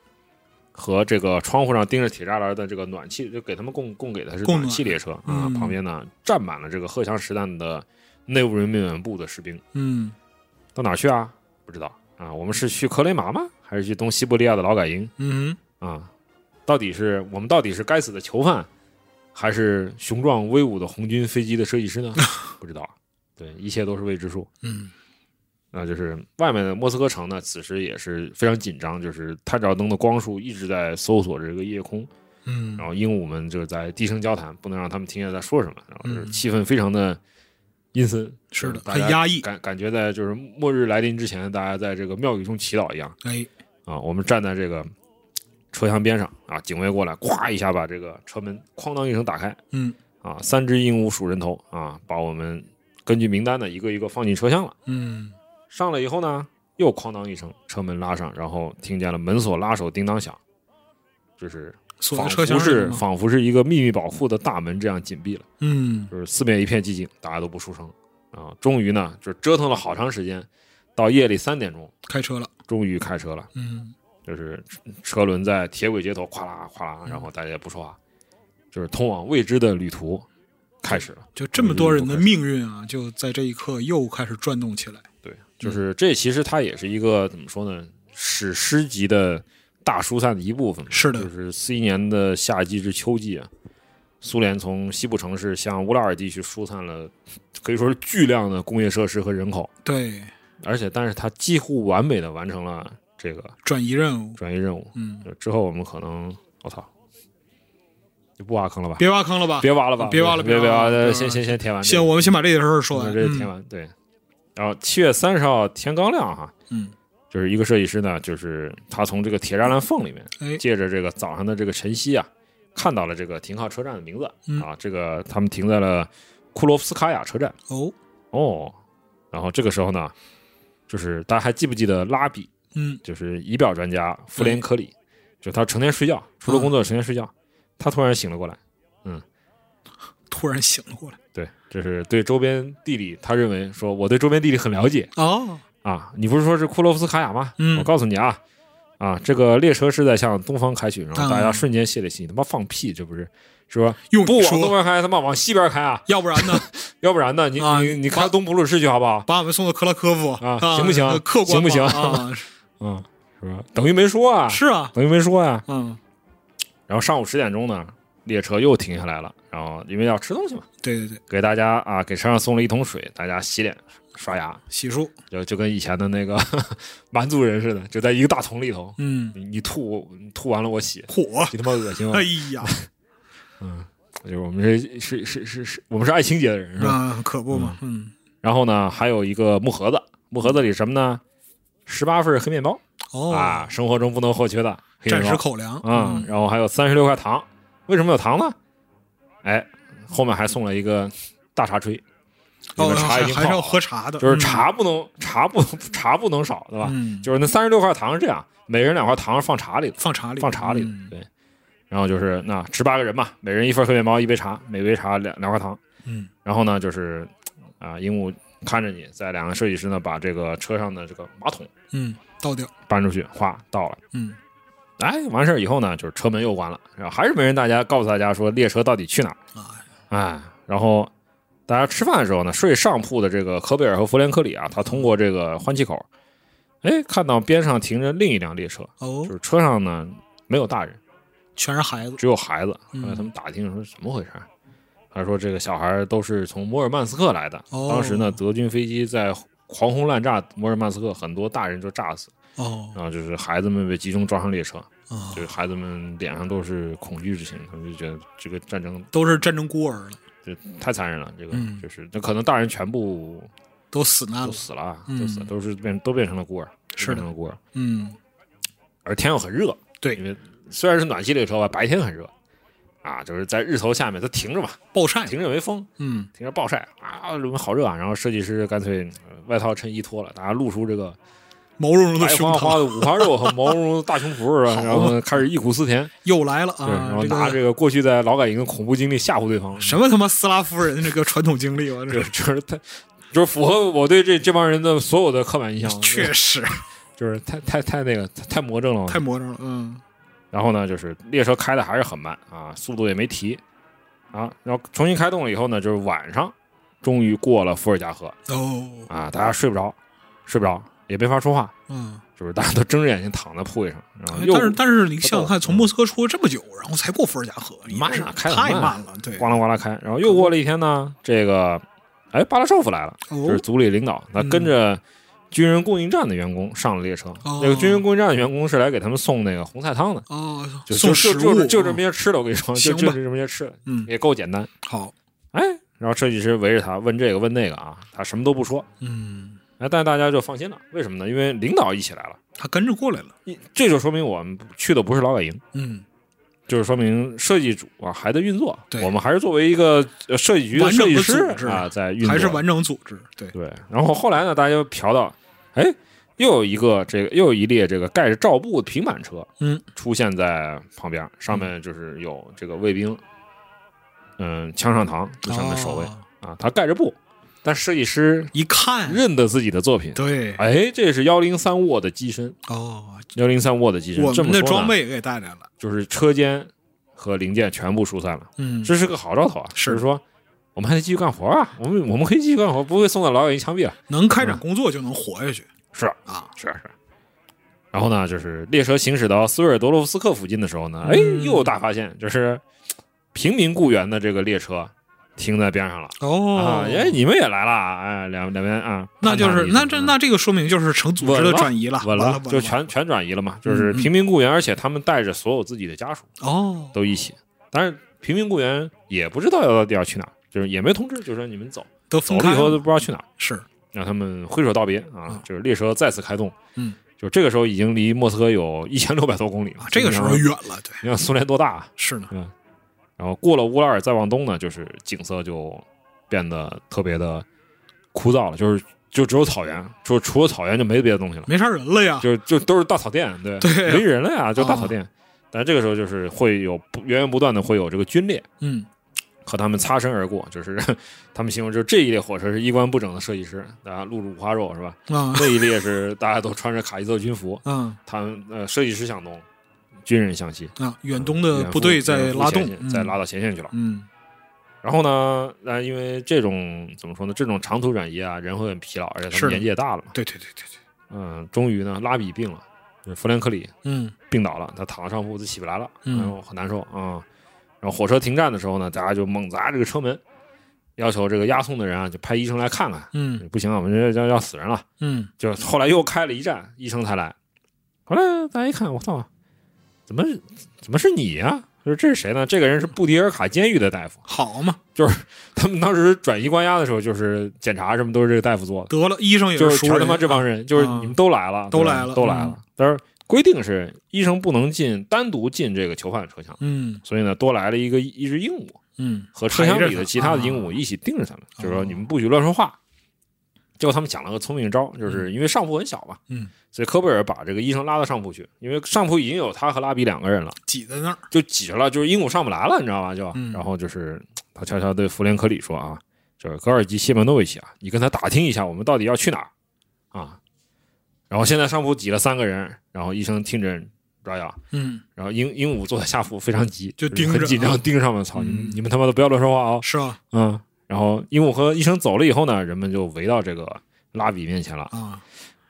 和这个窗户上钉着铁栅栏的这个暖气，就给他们供供给的是供暖气列车暖啊嗯，旁边呢站满了这个荷枪实弹的内务人民部的士兵。嗯到哪儿去啊？不知道啊。我们是去克雷马吗？还是去东西伯利亚的劳改营嗯啊？到底是我们到底是该死的囚犯，还是雄壮威武的红军飞机的设 (laughs) 计师呢？不知道。对，一切都是未知数。嗯那就是外面的莫斯科城呢，此时也是非常紧张，就是探照灯的光束一直在搜索着这个夜空，嗯然后鹦鹉们就是在低声交谈，不能让他们听见在说什么，然后就是嗯气氛非常的阴森，是的大家很压抑感感觉在就是末日来临之前，大家在这个庙宇中祈祷一样哎啊。我们站在这个车厢边上啊，警卫过来，咵一下把这个车门哐当一声打开嗯啊，三只鹦鹉数人头啊，把我们根据名单的一个一个放进车厢了。嗯上了以后呢，又哐当一声，车门拉上，然后听见了门锁拉手叮当响，就是锁在仿车佛厢里是了吗仿佛是一个秘密保护的大门这样紧闭了，嗯就是四面一片寂静，大家都不出声啊。终于呢，就是折腾了好长时间，到夜里三点钟，开车了，终于开车了，嗯就是车轮在铁轨街头哗啦哗啦，然后大家也不说话，就是通往未知的旅途开始了。就这嗯么多人的命运啊，就在这一刻又开始转动起来。对，嗯就是这其实它也是一个怎么说呢，史诗级的大疏散的一部分。是的就是四一年的夏季至秋季啊，苏联从西部城市向乌拉尔地区疏散了，可以说是巨量的工业设施和人口，对，而且但是它几乎完美的完成了这个转移任务，转移任务。嗯，之后我们可能，我操，就不挖坑了吧？别挖坑了吧，别挖了吧，别挖了别别挖了别挖了，了先先先填完这个。先我们先把这件事儿说那完。这填完、对。然后七月三十号天刚亮哈，嗯，就是一个设计师呢，就是他从这个铁栅栏缝里面，哎，借着这个早上的这个晨曦啊，看到了这个停靠车站的名字、嗯啊，这个他们停在了库洛夫斯卡亚车站哦，哦。然后这个时候呢，就是大家还记不记得拉比，嗯就是仪表专家弗哎连科里，就他成天睡觉，除了工嗯作成天睡觉，他突然醒了过来，突然醒了过来。对，这是对周边地理，他认为说我对周边地理很了解，哦，啊，你不是说是库洛夫斯卡雅吗？嗯我告诉你啊，啊，这个列车是在向东方开去，然后嗯大家瞬间泄了气，他妈放屁，这不是是吧？用不你往东说，边开，他妈往西边开啊，要不然呢， (laughs) 要不然呢，你、啊你你开东普鲁士去好不好？把我们送到克拉科夫啊行不行呃客观行嘛不行啊，嗯，是吧？等于没说 (laughs) 啊，是啊，等于没说呀、嗯，然后上午十点钟呢，列车又停下来了，然后因为要吃东西嘛，对对对，给大家啊，给车上送了一桶水，大家洗脸刷牙，洗漱，就就跟以前的那个 (laughs) 蛮族人似的，就在一个大桶里头，嗯，你你吐你吐完了我洗，火，你他妈恶心啊哎！呀，嗯，就是我们这是是是是，我们是爱清洁的人是吧？那可不嘛，嗯，然后呢，还有一个木盒子，木盒子里什么呢？十八份黑面包哦，啊，生活中不能或缺的黑面暂时包口粮，啊，嗯，然后还有三十六块糖，为什么有糖呢？哎，后面还送了一个大茶炊，里哦，面茶还已经还是泡要好喝了，茶的，就是茶不能茶不 (laughs) 茶不能少，对吧？嗯嗯，嗯，就是那三十六块糖是这样，每人两块糖是放茶里的，放茶里，放茶里的嗯，对。然后就是那十八个人嘛，每人一份黑面包，一杯茶，每杯茶两两块糖。嗯，然后呢，就是啊，鹦鹉看着你，在两个设计师呢把这个车上的这个马桶嗯，倒掉，搬出去，哗倒了。嗯，哎，完事儿以后呢，就是车门又关了，然后还是没人大家告诉大家说列车到底去哪儿。啊，哎，然后大家吃饭的时候呢，睡上铺的这个科贝尔和弗连克里啊，他通过这个换气口，哎，看到边上停着另一辆列车，哦就，是车上呢没有大人，全是孩子，只有孩子。嗯后来他们打听说怎么回事儿，他说这个小孩儿都是从摩尔曼斯克来的。哦当时呢，德军飞机在狂轰滥炸摩尔曼斯克，很多大人就炸死，哦，然后就是孩子们被集中抓上列车，啊就，是孩子们脸上都是恐惧之情，他们就觉得这个战争都是战争孤儿了，就太残忍了，这个嗯就是那可能大人全部都死难都了，死了啊，嗯都死了都是变都变成了孤儿，是的都变成了孤儿，嗯，而天又很热，对因为虽然是暖气列车吧，白天很热。啊，就是在日头下面，它停着吧，暴晒，停着没风，嗯，停着暴晒啊，我们好热啊！然后设计师干脆呃外套衬衣脱了，大家露出这个毛茸茸的白胸花花膛的五花肉和毛茸茸的大胸脯，是吧？ (laughs) 好然后开始忆苦思甜，又来了对，然啊，后拿个这个过去在劳改营的恐怖经历吓唬对方，什么他妈斯拉夫人这个传统经历，我就这 (laughs) 是就是他，就是符合我对这这帮人的所有的刻板印象， (laughs) 确实嗯就是太太太那个太魔怔了。太魔怔了，嗯，然后呢，就是列车开的还是很慢啊，速度也没提啊。然后重新开动了以后呢，就是晚上，终于过了伏尔加河哦，啊，大家睡不着，睡不着也没法说话，嗯，哎就是大家都睁着眼睛躺在铺位上，然后啊又但是但是你想想不到看，从莫斯科出了这么久，然后才过伏尔加河，也慢啊是开得太慢慢了，对，呱啦呱啦开。然后又过了一天呢，这个哎巴拉绍夫来了，就哦是，组里领导，他嗯跟着军人供应站的员工上了列车。哦那个军人供应站的员工是来给他们送那个红菜汤的，哦，就送就食就物就就这么些吃的，我跟你说，就行吧就这么些吃的，嗯，也够简单。好，哎，然后设计师围着他问这个问那个啊，他什么都不说，嗯，哎，但是大家就放心了，为什么呢？因为领导一起来了，他跟着过来了，一这就说明我们去的不是劳改营。嗯，就是说明设计组啊还在运作，对我们还是作为一个呃设计局的完整设的计师组织啊，在运作，还是完整组织，对，对，然后后来呢，大家就瞟到，哎，又有一个这个，又有一列这个盖着罩布的平板车，嗯，出现在旁边，上面就是有这个卫兵，嗯，枪上膛，就上面守卫、哦啊，他盖着布，但设计师一看，认得自己的作品，对，哎，这是幺零三沃的机身，哦，幺零三沃的机身，我这们么的说装呢备也给带来了，就是车间和零件全部疏散了，嗯，这是个好兆头啊，是就是说。我们还得继续干活啊！我们我们可以继续干活，不会送到劳改营枪毙了。能开展工作就能活下去是，啊，是是。然后呢，就是列车行驶到斯维尔德罗夫斯克附近的时候呢，哎，嗯又有大发现，就是平民雇员的这个列车停在边上了。哦啊，，哎，你们也来了啊，哎，两两边啊，那就是那攀谈一下这那这个说明就是成组织稳的了转移了，稳了，就全全转移了嘛，就嗯是嗯平民雇员，而且他们带着所有自己的家属哦，都一起，但是平民雇员也不知道要要去哪儿，就是也没通知，就说你们走，都走分开了以后了都不知道去哪儿。是让他们挥手道别啊嗯！就是列车再次开动，嗯，就这个时候已经离莫斯科有一千六百多公里了啊，。这个时候你远了，对，想苏联多大啊？是呢，然后过了乌拉尔再往东呢，就是景色就变得特别的枯燥了，就是就只有草原，就除了草原就没别的东西了，没啥人了呀，就就都是大草甸，对，对啊没人了呀，就大草甸。但是这个时候就是会有不源源不断的会有这个军列嗯，和他们擦身而过，就是 (laughs) 他们形容就是这一列火车是衣冠不整的设计师，大家露着五花肉是吧？啊， (laughs) 那一列是大家都穿着卡其色军服，嗯他们呃设计师向东，军人向西，啊，远东远的赴部队远在赴拉前动线，再拉动，到前线去了。嗯，然后呢，那因为这种怎么说呢，这种长途转移啊，人会很疲劳，而且他是们的年纪也大了嘛。对对对对对，嗯，终于呢，拉比病了，就是弗兰克里嗯病倒了，他躺在上铺就起不来了，嗯然后很难受啊、然后火车停站的时候呢，大家就猛砸这个车门，要求这个押送的人啊，就派医生来看看，嗯不行啊，我们这要要死人了。嗯就后来又开了一站，医生才来。后来大家一看，我操，怎么怎么是你呀、就是这是谁呢？这个人是布迪尔卡监狱的大夫。好嘛，他们当时转移关押的时候，就是检查什么都是这个大夫做的，得了，医生也就是熟全人，啊他妈这帮人，就是你们都来了，都对吧来了嗯都来了。但是规定是医生不能进单独进这个囚犯车厢，嗯所以呢，多来了一个一只鹦鹉嗯和车厢陪着里的他其他的啊鹦鹉一起盯着他们，就是说哦你们不许乱说话。结果他们想了个聪明招，就是因为上铺很小嘛，嗯，所以科贝尔把这个医生拉到上铺去，因为上铺已经有他和拉比两个人了，挤在那儿，就挤着了，就是鹦鹉上不来了，你知道吧？就、嗯然后就是他悄悄对弗连科里说啊，就是戈尔基谢曼诺维奇啊，你跟他打听一下，我们到底要去哪儿啊？然后现在上铺挤了三个人，然后医生听着抓痒，嗯，然后鹦鹦鹉坐在下铺非常急，就是盯很着紧张啊盯着上面，操、你嗯们你们他妈的不要乱说话啊、是吧？嗯，然后鹦鹉和医生走了以后呢，人们就围到这个拉比面前了，啊，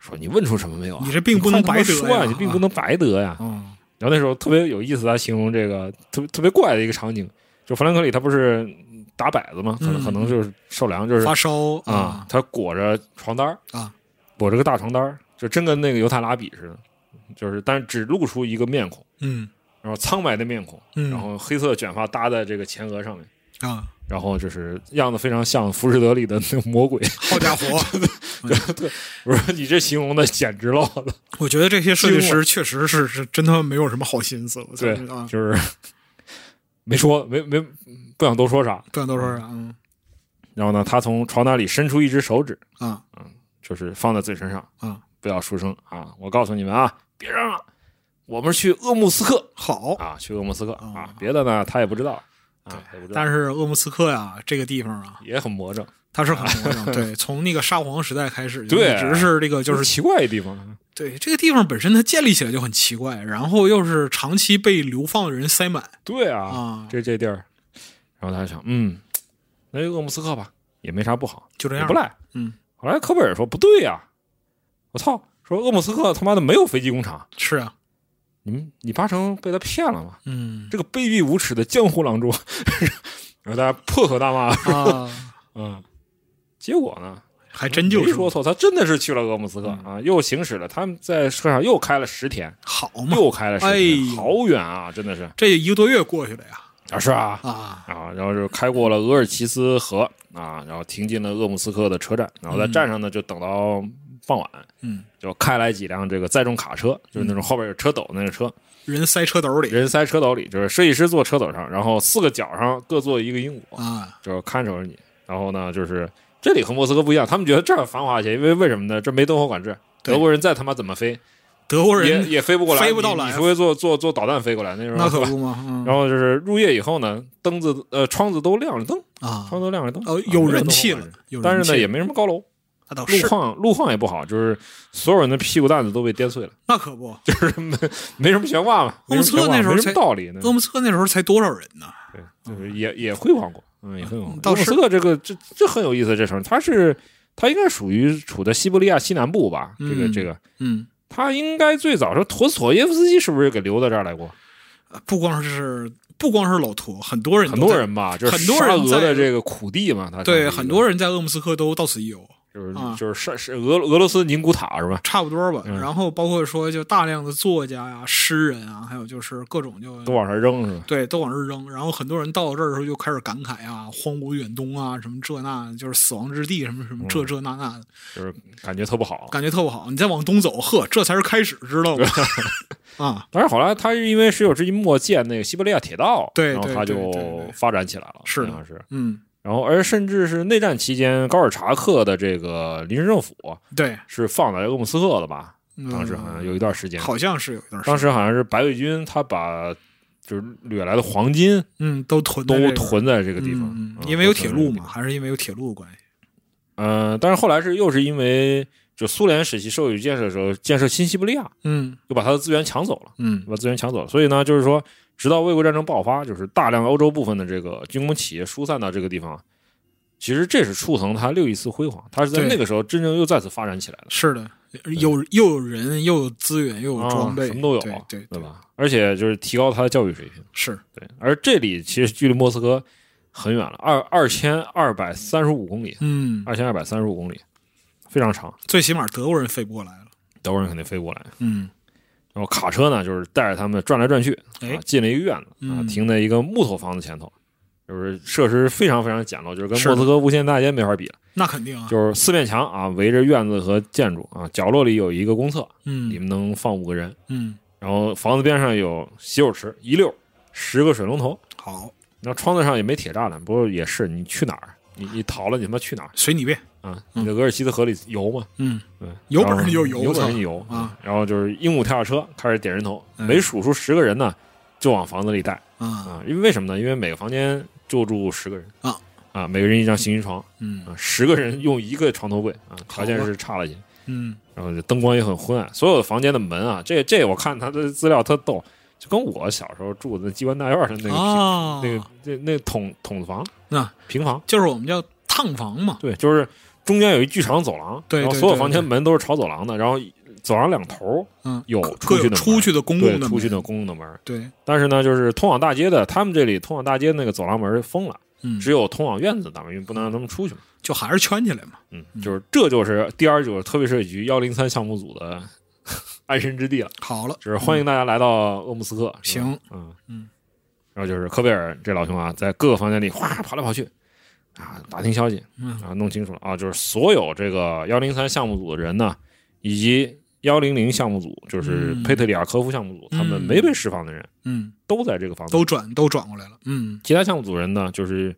说你问出什么没有、啊？你这病不能快他妈白得说呀啊，你病不能白 (laughs) 得呀、啊，然后那时候特别有意思，他形容这个特别特别怪的一个场景，就弗兰克里他不是打摆子嘛，可能嗯可能就是受凉，就是发烧啊，，他裹着床单儿啊，裹着个大床单儿，就真跟那个犹太拉比似的，就是但是只露出一个面孔，嗯然后苍白的面孔，嗯，然后黑色的卷发搭在这个前额上面，啊，然后就是样子非常像浮士德里的那个魔鬼， (laughs) 好家伙，我说你这形容的简直了，我觉得这些设计师确实是是真他妈没有什么好心思，我操对啊，就是没说没没不想多说啥，不想多说啥，嗯然后呢，他从床单里伸出一只手指，啊就是放在嘴唇上，啊，不要出声啊！我告诉你们啊，别嚷了，我们去鄂木斯克好，啊，去鄂木斯克啊哦，别的呢他也不知道啊，他也不知道，但是鄂木斯克呀这个地方啊，也很魔怔，它是很 (laughs) 魔怔，对，从那个沙皇时代开始，就对一直是这个就是奇怪的地方，对这个地方本身它建立起来就很奇怪，然后又是长期被流放的人塞满对啊，啊，这这地儿，然后他就想，嗯，那就鄂木斯克吧，也没啥不好，就这也样不，赖。嗯，后来科贝尔说不对呀，我操，说鄂木斯克他妈的没有飞机工厂，是啊，你们你八成被他骗了吗？ (laughs) 嗯这个卑鄙无耻的江湖郎中， (laughs) 然后大家破口大骂。啊，嗯，结果呢，还真就是没说错，他真的是去了鄂木斯克、嗯啊，又行驶了，他们在车上又开了十天，好嘛，又开了十天，哎呦好远啊，真的是这一个多月过去了呀，啊，是啊。啊，啊，然后就开过了额尔齐斯河啊，然后停进了鄂木斯克的车站，然后在站上呢就等到傍晚，嗯，就开来几辆这个载重卡车，就是那种后边有车斗那个车，人塞车斗里人塞车斗里，就是设计师坐车斗上，然后四个角上各坐一个鹦鹉，啊，就是看守着你。然后呢，就是这里和莫斯科不一样，他们觉得这儿繁华些，因为为什么呢？这没灯火管制，对德国人再他妈怎么飞，德国也人也飞不过来，飞不到你来你除非坐坐坐导弹飞过来，那时候那可是吧不嘛，嗯 (laughs) 然后就是入夜以后呢，灯子呃窗子都亮着灯，啊，窗子都亮着灯，呃啊有人气，没了灯火，有人气了，管制但是呢也没什么高楼，那倒路是，况路况也不好，就是所有人的屁股蛋子都被颠碎了，那可不，没什么悬挂 (laughs) 嘛，莫没什斯科么悬挂那时候没才什么道理呢，鄂木斯克那时候才多少人呢？对，就是也也辉煌过，嗯，也辉煌过。啊倒鄂木是斯克这个这这很有意思，这城它是它应该属于处在西伯利亚西南部吧？这个嗯这个，嗯，它应该最早是陀思妥耶夫斯基是不是给留到这儿来过？呃不光是不光是老托，很多人都很多在人吧，就是很多人沙俄的在这个苦地嘛，它对很多人人在鄂木斯克都到此一游。就是啊就是沙是俄俄罗斯宁古塔是吧？差不多吧。嗯然后包括说，就大量的作家呀、诗人啊，还有就是各种就都往上扔是吧？对都往这儿扔。然后很多人到这儿的时候就开始感慨啊，荒芜远东啊，什么这那，就是死亡之地，什么什嗯么这这那那的，就是感觉特不好。感觉特不好。你再往东走，呵，这才是开始，知 (laughs) 道吗？啊，但是后来他是因为十九世纪末建那个西伯利亚铁道，对然后对他对就对对发展起来了，是的好像是。嗯，然后而甚至是内战期间，高尔察克的这个临时政府对，是放在鄂木斯克的吧？嗯当时好像有一段时间，好像是有一段时间，当时好像是白卫军他把就是掠来的黄金嗯，都囤在都这个囤在这个嗯地方，嗯嗯因为有铁路。都囤在这个地嘛，方还是因为有铁路的关系。呃，但是后来是又是因为就苏联时期授予建设的时候，建设新西伯利亚，嗯就把他的资源抢走了。嗯把资源抢走了。所以呢，就是说，直到卫国战争爆发，就是大量欧洲部分的这个军工企业疏散到这个地方，其实这是促成它又一次辉煌。它是在对那个时候真正又再次发展起来的，是的，有又有人，又有资源，又有啊装备，什么都有，对对吧？而且就是提高它的教育水平。是，对，而这里其实距离莫斯科很远了，二二千二百三十五公里，嗯，二千二百三十五公里，非常长，最起码德国人飞不过来了。德国人肯定飞不过来。嗯然后卡车呢，就是带着他们转来转去，哎啊，进了一个院子啊嗯，停在一个木头房子前头，就是设施非常非常简陋，就是跟是的莫斯科无线大街没法比了，那肯定啊，就是四面墙啊围着院子和建筑啊，角落里有一个公厕，里嗯面能放五个人，嗯，然后房子边上有洗手池，一溜儿十个水龙头，好，然后窗子上也没铁栅栏，不过也是你去哪儿，你你逃了你他妈去哪儿随你便。啊？嗯你在额尔齐斯河里游嘛，嗯，对，有本事你就游，游有本操事你游啊！然后就是鹦鹉跳下车，开始点人头，嗯每数出十个人呢，就往房子里带啊啊。因为为什么呢？因为每个房间就住十个人啊啊，每个人一张行军床嗯啊，十个人用一个床头柜啊，条件好吧是差了一些。嗯然后这灯光也很昏暗，所有的房间的门啊，这这我看他的资料特逗，就跟我小时候住的机关大院儿的那个平、啊，那个那那筒筒子房啊平房，就是我们叫烫房嘛。对，就是中间有一剧场走廊，对然后对所有对房间对门都是朝走廊的，然后走廊两头嗯，有各出去有的出门去的公对共的出去门的公共的门儿，对，但是呢，就是通往大街的，他们这里通往大街那个走廊门儿封了，嗯，只有通往院子的门，因为不能让他们出去嘛。就还是圈起来嘛。嗯，就是这就是第二就是特别设计局幺零三项目组的 (laughs) 安身之地了。好了，就是欢迎大家来到鄂木斯克。是吧嗯行，嗯嗯。然后就是科贝尔这老兄啊，在各个房间里哗跑来跑去，啊，打听消息，嗯啊，弄清楚了啊，就是所有这个幺零三项目组的人呢，以及幺零零项目组，就是嗯佩特里亚科夫项目组，他们嗯没被释放的人，嗯，都在这个房子。都转都转过来了。嗯，其他项目组人呢，就是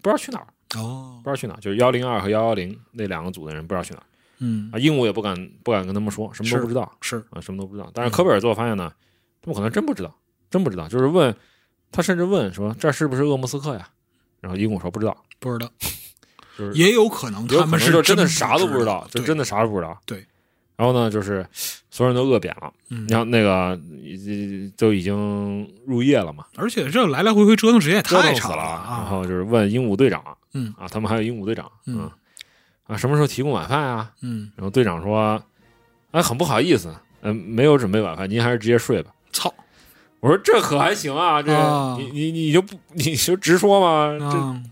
不知道去哪儿，哦不，知道去哪儿，就是幺零二和幺幺零那两个组的人不知道去哪儿嗯啊，鹦鹉也不敢不敢跟他们说，什么是嗯都不知道。是，啊，什么都不知道。但是科贝尔最后发现呢，他们可能真不知道，真不知道，就是问他，甚至问说这是不是鄂木斯克呀？然后鹦鹉说不知道，不知道 (laughs) 就是，也有可能有他可能们就真的的啥都不知道，就对真的啥都不知道。对。然后呢，就是所有人都饿扁了，嗯你看那个已就已经入夜了嘛，而且这来来回回折腾时间也折腾太死长了。然啊！后就是问鹦鹉队长，嗯啊，他们还有鹦鹉队长，嗯啊，什么时候提供晚饭啊？嗯，然后队长说，哎，很不好意思，嗯、没有准备晚饭，您还是直接睡吧。操我说这可还行啊，这、啊你你你就不你就直说嘛，这啊，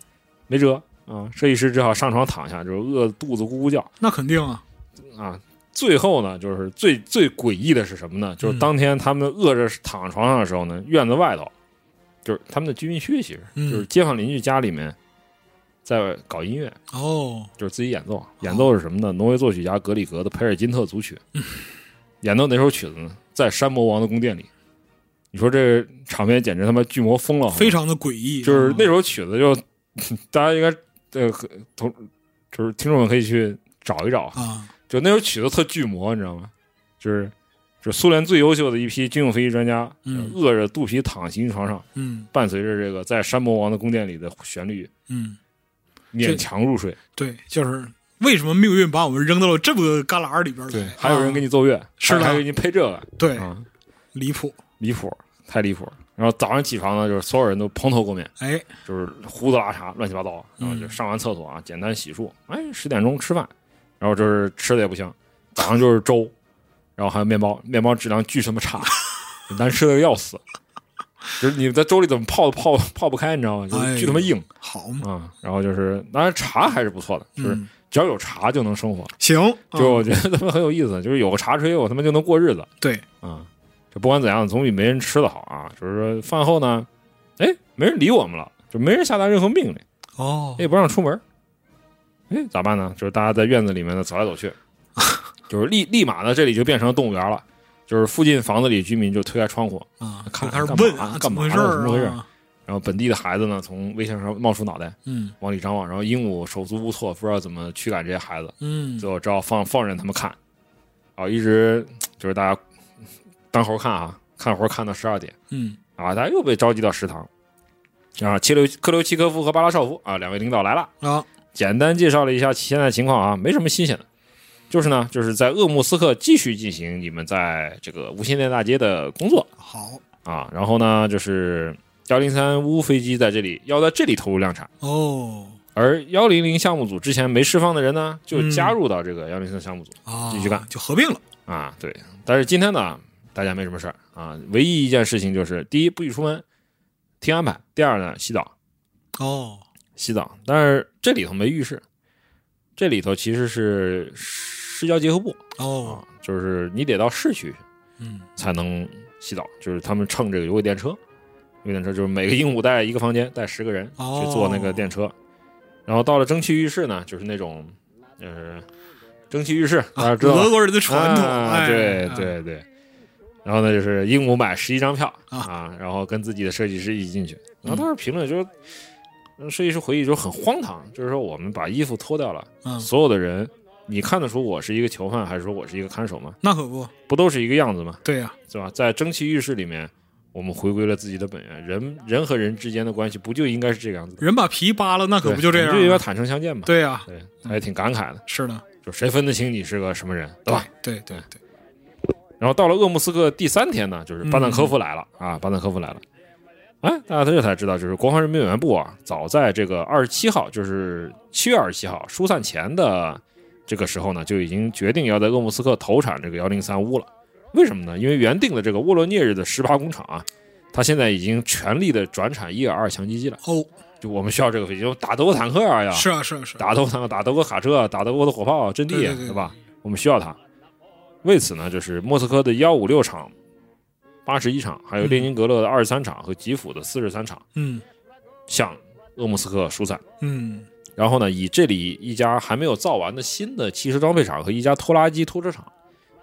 没辙啊。设计师只好上床躺下，就是饿得肚子咕咕叫那肯定啊，啊。最后呢，就是最最诡异的是什么呢？就是嗯当天他们饿着躺床上的时候呢，院子外头就是他们的居民区，其实、嗯就是街坊邻居家里面在搞音乐，哦，就是自己演奏，演奏是什么呢？挪威作曲家格里格的《佩尔金特组曲》，演奏哪首曲子呢？在山魔王的宫殿里。你说这场面简直他妈巨魔疯了，好吗非常的诡异，哦就是那种首曲子就，大家应该呃可同就是听众们可以去找一找，啊，就那首曲子特巨魔，你知道吗？就是就是苏联最优秀的一批军用飞机专家，嗯饿着肚皮躺行军床上，嗯伴随着这个在山魔王的宫殿里的旋律嗯，勉强入睡，对，就是为什么命运把我们扔到了这么个旮旯里边来？还有人给你你奏乐，啊是的还还给你配这个，对啊，离谱，离谱，太离谱。然后早上起床呢，就是所有人都蓬头垢面，哎，就是胡子拉碴，乱七八糟，然后嗯就上完厕所啊，简单洗漱，哎，十点钟吃饭，然后就是吃的也不香，早上就是粥，然后还有面包，面包质量巨他妈差，难吃的要死，就是你在粥里怎么泡都泡泡不开，你知道吗？就哎是呦巨他妈硬好嘛，啊、然后就是，当然茶还是不错的，就是嗯，只要有茶就能生活，行，啊就我觉得他们很有意思，就是有个茶吹，我他妈就能过日子。对，啊，这不管怎样，总比没人吃的好啊。就是说饭后呢，哎，没人理我们了，就没人下达任何命令，哦，也不让出门。哎，咋办呢？就是大家在院子里面呢走来走去， (laughs) 就是立立马呢，这里就变成动物园了。就是附近房子里居民就推开窗户，啊，看就开始干嘛问啊，干怎么嘛回事呢怎儿么回事啊？然后本地的孩子呢从围墙上冒出脑袋嗯往里张望，然后鹦鹉手足无措，不知道怎么驱赶这些孩子，嗯最后只好放放任他们看，啊，一直就是大家当猴看啊，看猴看到十二点。嗯啊，大家又被召集到食堂。啊，切留克留奇科夫和巴拉绍夫啊，两位领导来了，啊，简单介绍了一下现在情况啊，没什么新鲜的。就是呢，就是在鄂木斯克继续进行你们在这个无线电大街的工作好啊，然后呢，就是幺零三乌飞机在这里要在这里投入量产，哦而幺零零项目组之前没释放的人呢，就嗯加入到这个幺零三项目组。啊，继续干就合并了，啊，对。但是今天呢，大家没什么事儿啊。唯一一件事情就是，第一不许出门，听安排；第二呢，洗澡。哦，西藏，但是这里头没浴室，这里头其实是市郊结合部啊哦，，就是你得到市区嗯，才能洗澡，就是他们乘这个有轨电车，有轨电车就是每个鹦鹉带一个房间，带十个人哦去坐那个电车，然后到了蒸汽浴室呢，就是那种就是蒸汽浴室，大家啊，知道吧俄国人的传统，啊哎对哎对对。然后呢，就是鹦鹉买十一张票啊然后跟自己的设计师一起进去。然后嗯当时评论就是，呃设计师回忆就很荒唐，就是说我们把衣服脱掉了，嗯，所有的人，你看得出我是一个囚犯，还是说我是一个看守吗？那可不，不都是一个样子吗？对呀、对吧？在蒸汽浴室里面，我们回归了自己的本源，人人和人之间的关系不就应该是这个样子的？人把皮扒了，那可对不就这我们就应该样？啊坦诚相见嘛。对呀、对，他也挺感慨的，是的，就谁分得清你是个什么人，对吧？对对对，然后到了鄂木斯克第三天呢，就是巴旦嗯科夫来了、啊，巴旦科夫来了。哎，大家这才知道，就是国防人民委员部啊，早在这个二十七号，就是七月二十七号疏散前的这个时候呢，就已经决定要在鄂木斯克投产这个幺零三乌了。为什么呢？因为原定的这个沃罗涅日的十八工厂啊，它现在已经全力的转产伊尔二强击机了。哦，就我们需要这个飞机，就打德国坦克啊要是啊是啊是啊，打德国坦克、打德国卡车、打德国的火炮、阵地，啊对对对吧？我们需要它。为此呢，就是莫斯科的幺五六厂、八十一厂，还有列宁格勒的二十三厂和基辅的四十三厂嗯向鄂木斯克疏散。嗯然后呢，以这里一家还没有造完的新的汽车装配厂和一家拖拉机拖车厂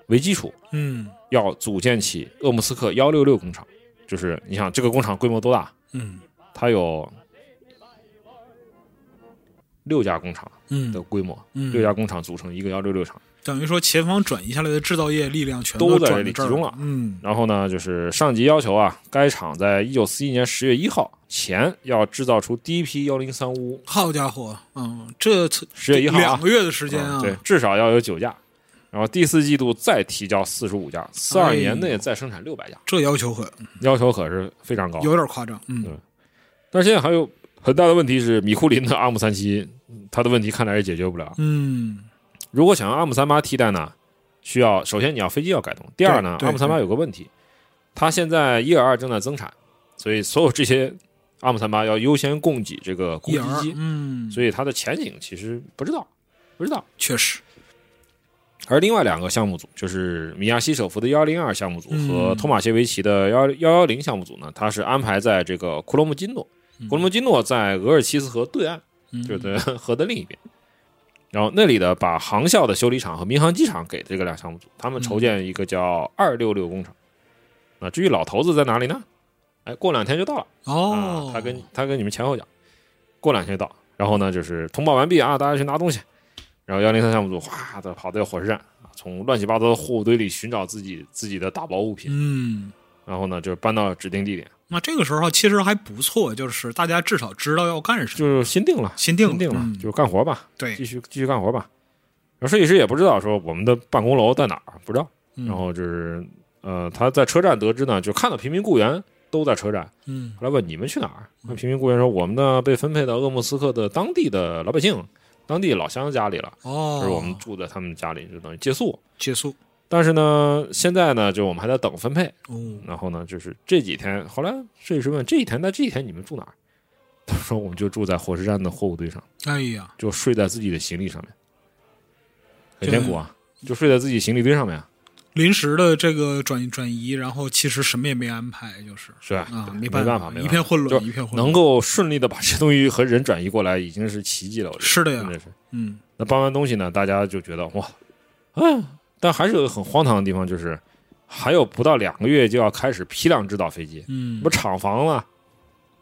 为基础，嗯要组建起鄂木斯克幺六六工厂。就是你想，这个工厂规模多大？嗯它有六家工厂的嗯规模，嗯，六家工厂组成一个幺六六厂。等于说前方转移下来的制造业力量全都在转这里到这儿集中了嗯然后呢，就是上级要求啊，该厂在一九四一年十月一号前要制造出第一批幺零三乌，好家伙，嗯，这次十月一号两啊，个月的时间嗯啊，对，至少要有九架。然后第四季度再提交四十五架，四二年内再生产六百架，这要求可要求可是非常高。有点夸张，嗯对但是现在还有很大的问题是，米库林的阿姆三七，它的问题看来是解决不了。嗯如果想用阿姆三八替代呢，需要首先你要飞机要改动，第二呢，对对阿姆三八对有个问题，它现在伊尔二正在增产，所以所有这些阿姆三八要优先供给这个攻一击儿机，嗯，所以它的前景其实不知道，不知道。确实，而另外两个项目组，就是米亚西舍夫的幺零二项目组嗯和托马谢维奇的幺幺幺零项目组呢，它是安排在这个库罗木金诺，嗯库罗木金诺在俄尔齐斯河对岸，嗯就在 (laughs) 河的另一边。然后那里的把航校的修理厂和民航机场给这个两项目组，他嗯们筹建一个叫“二六六工厂”。那至于老头子在哪里呢？哎，过两天就到了。哦啊，，他跟他跟你们前后讲，过两天就到。然后呢，就是通报完毕啊，大家去拿东西。然后幺零三项目组哗的跑到火车站，啊从乱七八糟的货物堆里寻找自己自己的打包物品，嗯。然后呢，就是搬到指定地点，那这个时候其实还不错，就是大家至少知道要干什么，就是心定了，心定心定了，嗯就是干活吧。继对，续继续干活吧。然后设计师也不知道说我们的办公楼在哪儿，不知道。嗯然后就是呃，他在车站得知呢，就看到平民雇员都在车站，嗯后来问你们去哪儿？那平民雇员说我们呢被分配到鄂木斯克的当地的老百姓、当地老乡家里了，哦，就是我们住在他们家里，就等于借宿。结束但是呢，现在呢，就我们还在等分配。哦，然后呢，就是这几天，后来设计师问这几天，那这几天你们住哪儿？他说我们就住在火车站的货物堆上。哎呀，就睡在自己的行李上面，很这艰苦啊，就睡在自己行李堆上面啊，临时的这个转转移，然后其实什么也没安排，就是是吧？啊，哎没办办法，没一办法片混就乱，一片混乱，能够顺利的把这东西和人转移过来，已经是奇迹了。我觉得是的真呀的，是。嗯那搬完东西呢，大家就觉得哇，哎，但还是有一个很荒唐的地方，就是还有不到两个月就要开始批量制造飞机，嗯不，是厂房了。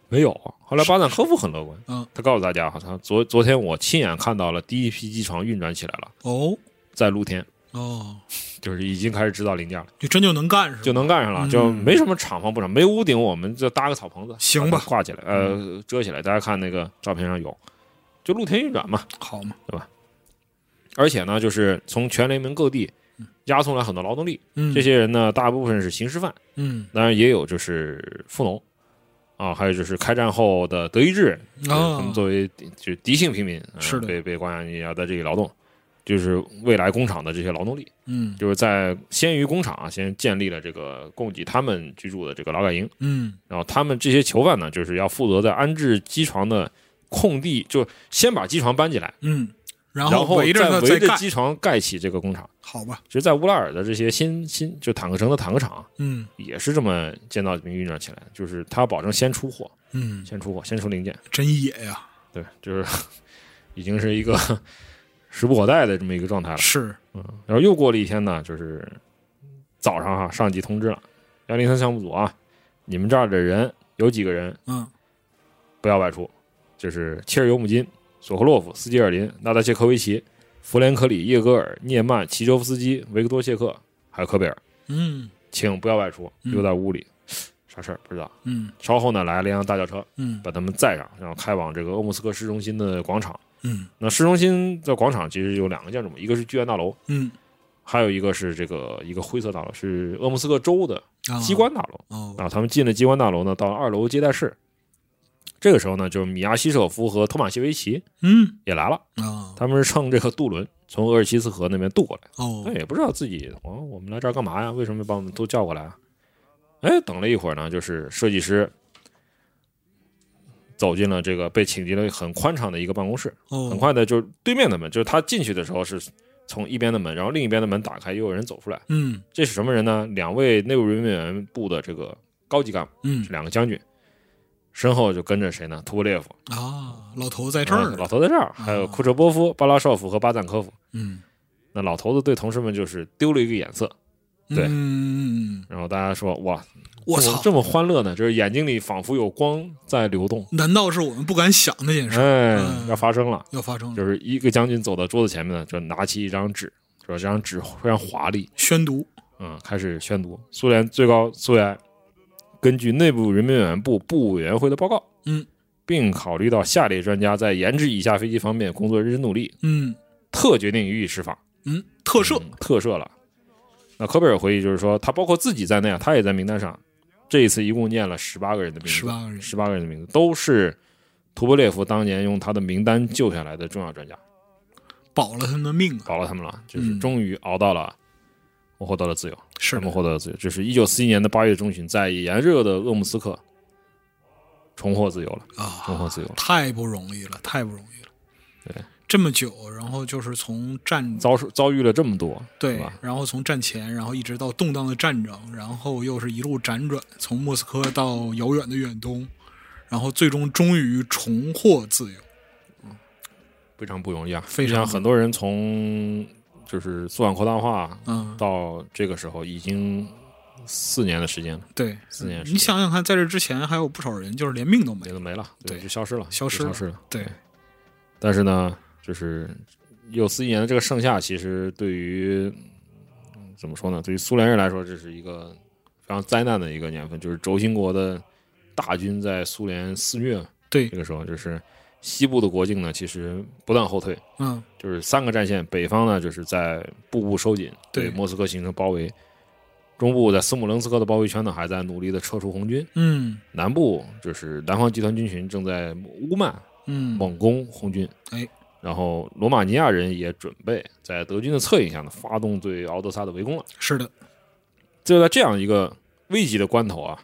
没有。后来巴赞科夫很乐观，嗯他告诉大家，好像昨昨天我亲眼看到了第一批机床运转起来了，哦在露天，哦，就是已经开始制造零件了。就真就能干是吧？就能干上了，嗯就没什么厂房不厂，没屋顶，我们就搭个草棚子，行吧嗯把它挂起来，呃，遮起来。大家看那个照片上有，就露天运转嘛。好嘛，而且呢，就是从全联盟各地押送来很多劳动力，嗯，这些人呢，大部分是刑事犯，嗯当然也有就是富农啊，还有就是开战后的德意志人，就是他啊们，作为敌就是敌性平民，呃是的被被关押你要在这里劳动，就是未来工厂的这些劳动力，嗯就是在先于工厂啊，先建立了这个供给他们居住的这个劳改营。嗯然后他们这些囚犯呢，就是要负责在安置机床的空地，就先把机床搬进来，嗯，然然后围着再它围再着盖，机床盖起这个工厂。好吧，其实，在乌拉尔的这些新新就坦克城的坦克厂嗯也是这么建造运转起来的，就是他保证先出货，嗯，先出货，先出零件。真野呀，对，就是 (laughs) 已经是一个 (laughs) 时不我待的这么一个状态了。是，然后又过了一天呢，就是早上哈，上级通知了幺零三项目组啊，你们这儿的人有几个人嗯不要外出，就是切尔尤姆金、索科洛夫、斯基尔林、纳达谢科维奇、弗连科里、叶戈尔、涅曼、齐周夫斯基、维克多谢克，还有科贝尔，嗯请不要外出，嗯留在屋里。 (sniffs) 啥事儿不知道。嗯稍后呢，来了一辆大轿车，嗯把他们载上，然后开往这个鄂木斯克市中心的广场。嗯那市中心的广场其实有两个建筑物，一个是剧院大楼，嗯，还有一个是这个一个灰色大楼，是鄂木斯克州的啊机关大楼。哦，啊，他们进了机关大楼呢，到了二楼接待室。这个时候呢，就是米亚西舍夫和托马西维奇嗯也来了，啊他们是乘这个渡轮从额尔齐斯河那边渡过来。哦但，也不知道自己，哦，我们来这儿干嘛呀？为什么把我们都叫过来啊？哎，等了一会儿呢，就是设计师走进了这个被请进了很宽敞的一个办公室。哦很快的，就是对面的门，就是他进去的时候是从一边的门，然后另一边的门打开，又有人走出来。嗯这是什么人呢？两位内务人员部的这个高级干部，嗯是两个将军，身后就跟着谁呢？图波列夫啊，老头在在这儿呢，老头在这儿，还有库车波夫、巴拉绍夫和巴赞科夫。嗯，那老头子对同事们就是丢了一个眼色，对嗯，然后大家说：“哇，我这么操，这么欢乐呢？就是眼睛里仿佛有光在流动。难道是我们不敢想那件事儿哎嗯，要发生了！要发生了？就是一个将军走到桌子前面呢，就拿起一张纸，说这张纸非常华丽，宣读，嗯，开始宣读苏联最高苏维埃根据内部人民委员部部委员会的报告，嗯，并考虑到下列专家在研制以下飞机方面工作认真努力，嗯特决定予以释放嗯，特赦，嗯特赦了。那科贝尔回忆就是说，他包括自己在内啊，他也在名单上。这一次一共念了十八个人的名字，十八个人，十八个人的名字都是图波列夫当年用他的名单救下来的重要专家，保了他们的命啊，保了他们了，就是嗯终于熬到了，我获得了自由，是他们的，获得了自由。这是一九四一年的八月中旬，在炎热的鄂木斯克重获自由了，重获啊，自由了，太不容易了，太不容易了，对，这么久，然后就是从战遭受遭遇了这么多，是对吧？，然后从战前，然后一直到动荡的战争，然后又是一路辗转，从莫斯科到遥远的远东，然后最终终于重获自由。非常不容易啊！非常你想很多人从就是苏皖扩大化嗯，到这个时候已经四年的时间了，对，四年时你间想想看，在这之前还有不少人就是连命都没也有。都没了，对就消失了，消失就了消失了。对，但是呢，就是有四一年的这个盛夏，其实对于嗯怎么说呢？对于苏联人来说，这是一个非常灾难的一个年份，就是轴心国的大军在苏联肆虐。对这个时候就是西部的国境呢，其实不断后退，嗯就是三个战线，北方呢就是在步步收紧，对莫斯科形成包围。中部在斯姆棱斯克的包围圈呢，还在努力的撤出红军；嗯南部就是南方集团军群正在乌曼嗯，猛攻红军。哎，然后罗马尼亚人也准备在德军的策应下呢，发动对敖德萨的围攻了。是的，就在这样一个危急的关头啊，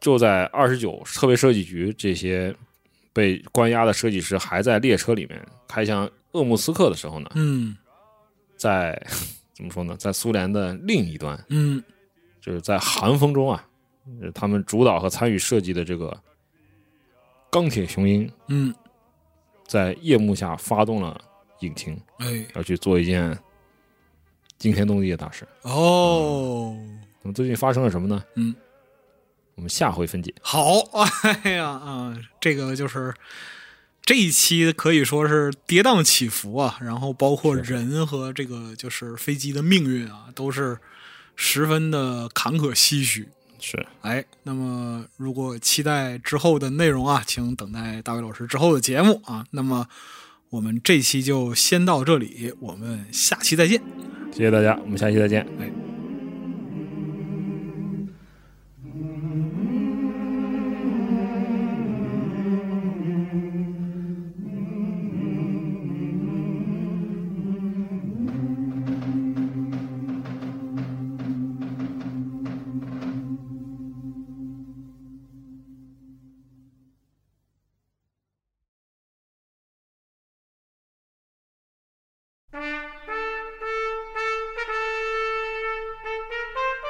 就在二十九特别设计局这些被关押的设计师还在列车里面开向鄂木斯克的时候呢，嗯在怎么说呢，在苏联的另一端，嗯就是在寒风中啊，呃他们主导和参与设计的这个钢铁雄鹰嗯，在夜幕下发动了引擎。哎要去做一件惊天动地的大事。哦，那么最近发生了什么呢？嗯，我们下回分解。好， (laughs) 哎呀啊，这个就是这一期可以说是跌宕起伏啊，然后包括是人和这个就是飞机的命运啊，都是十分的坎坷唏嘘。是，哎，那么如果期待之后的内容啊，请等待大卫老师之后的节目啊。那么我们这期就先到这里，我们下期再见。谢谢大家，我们下期再见。哎。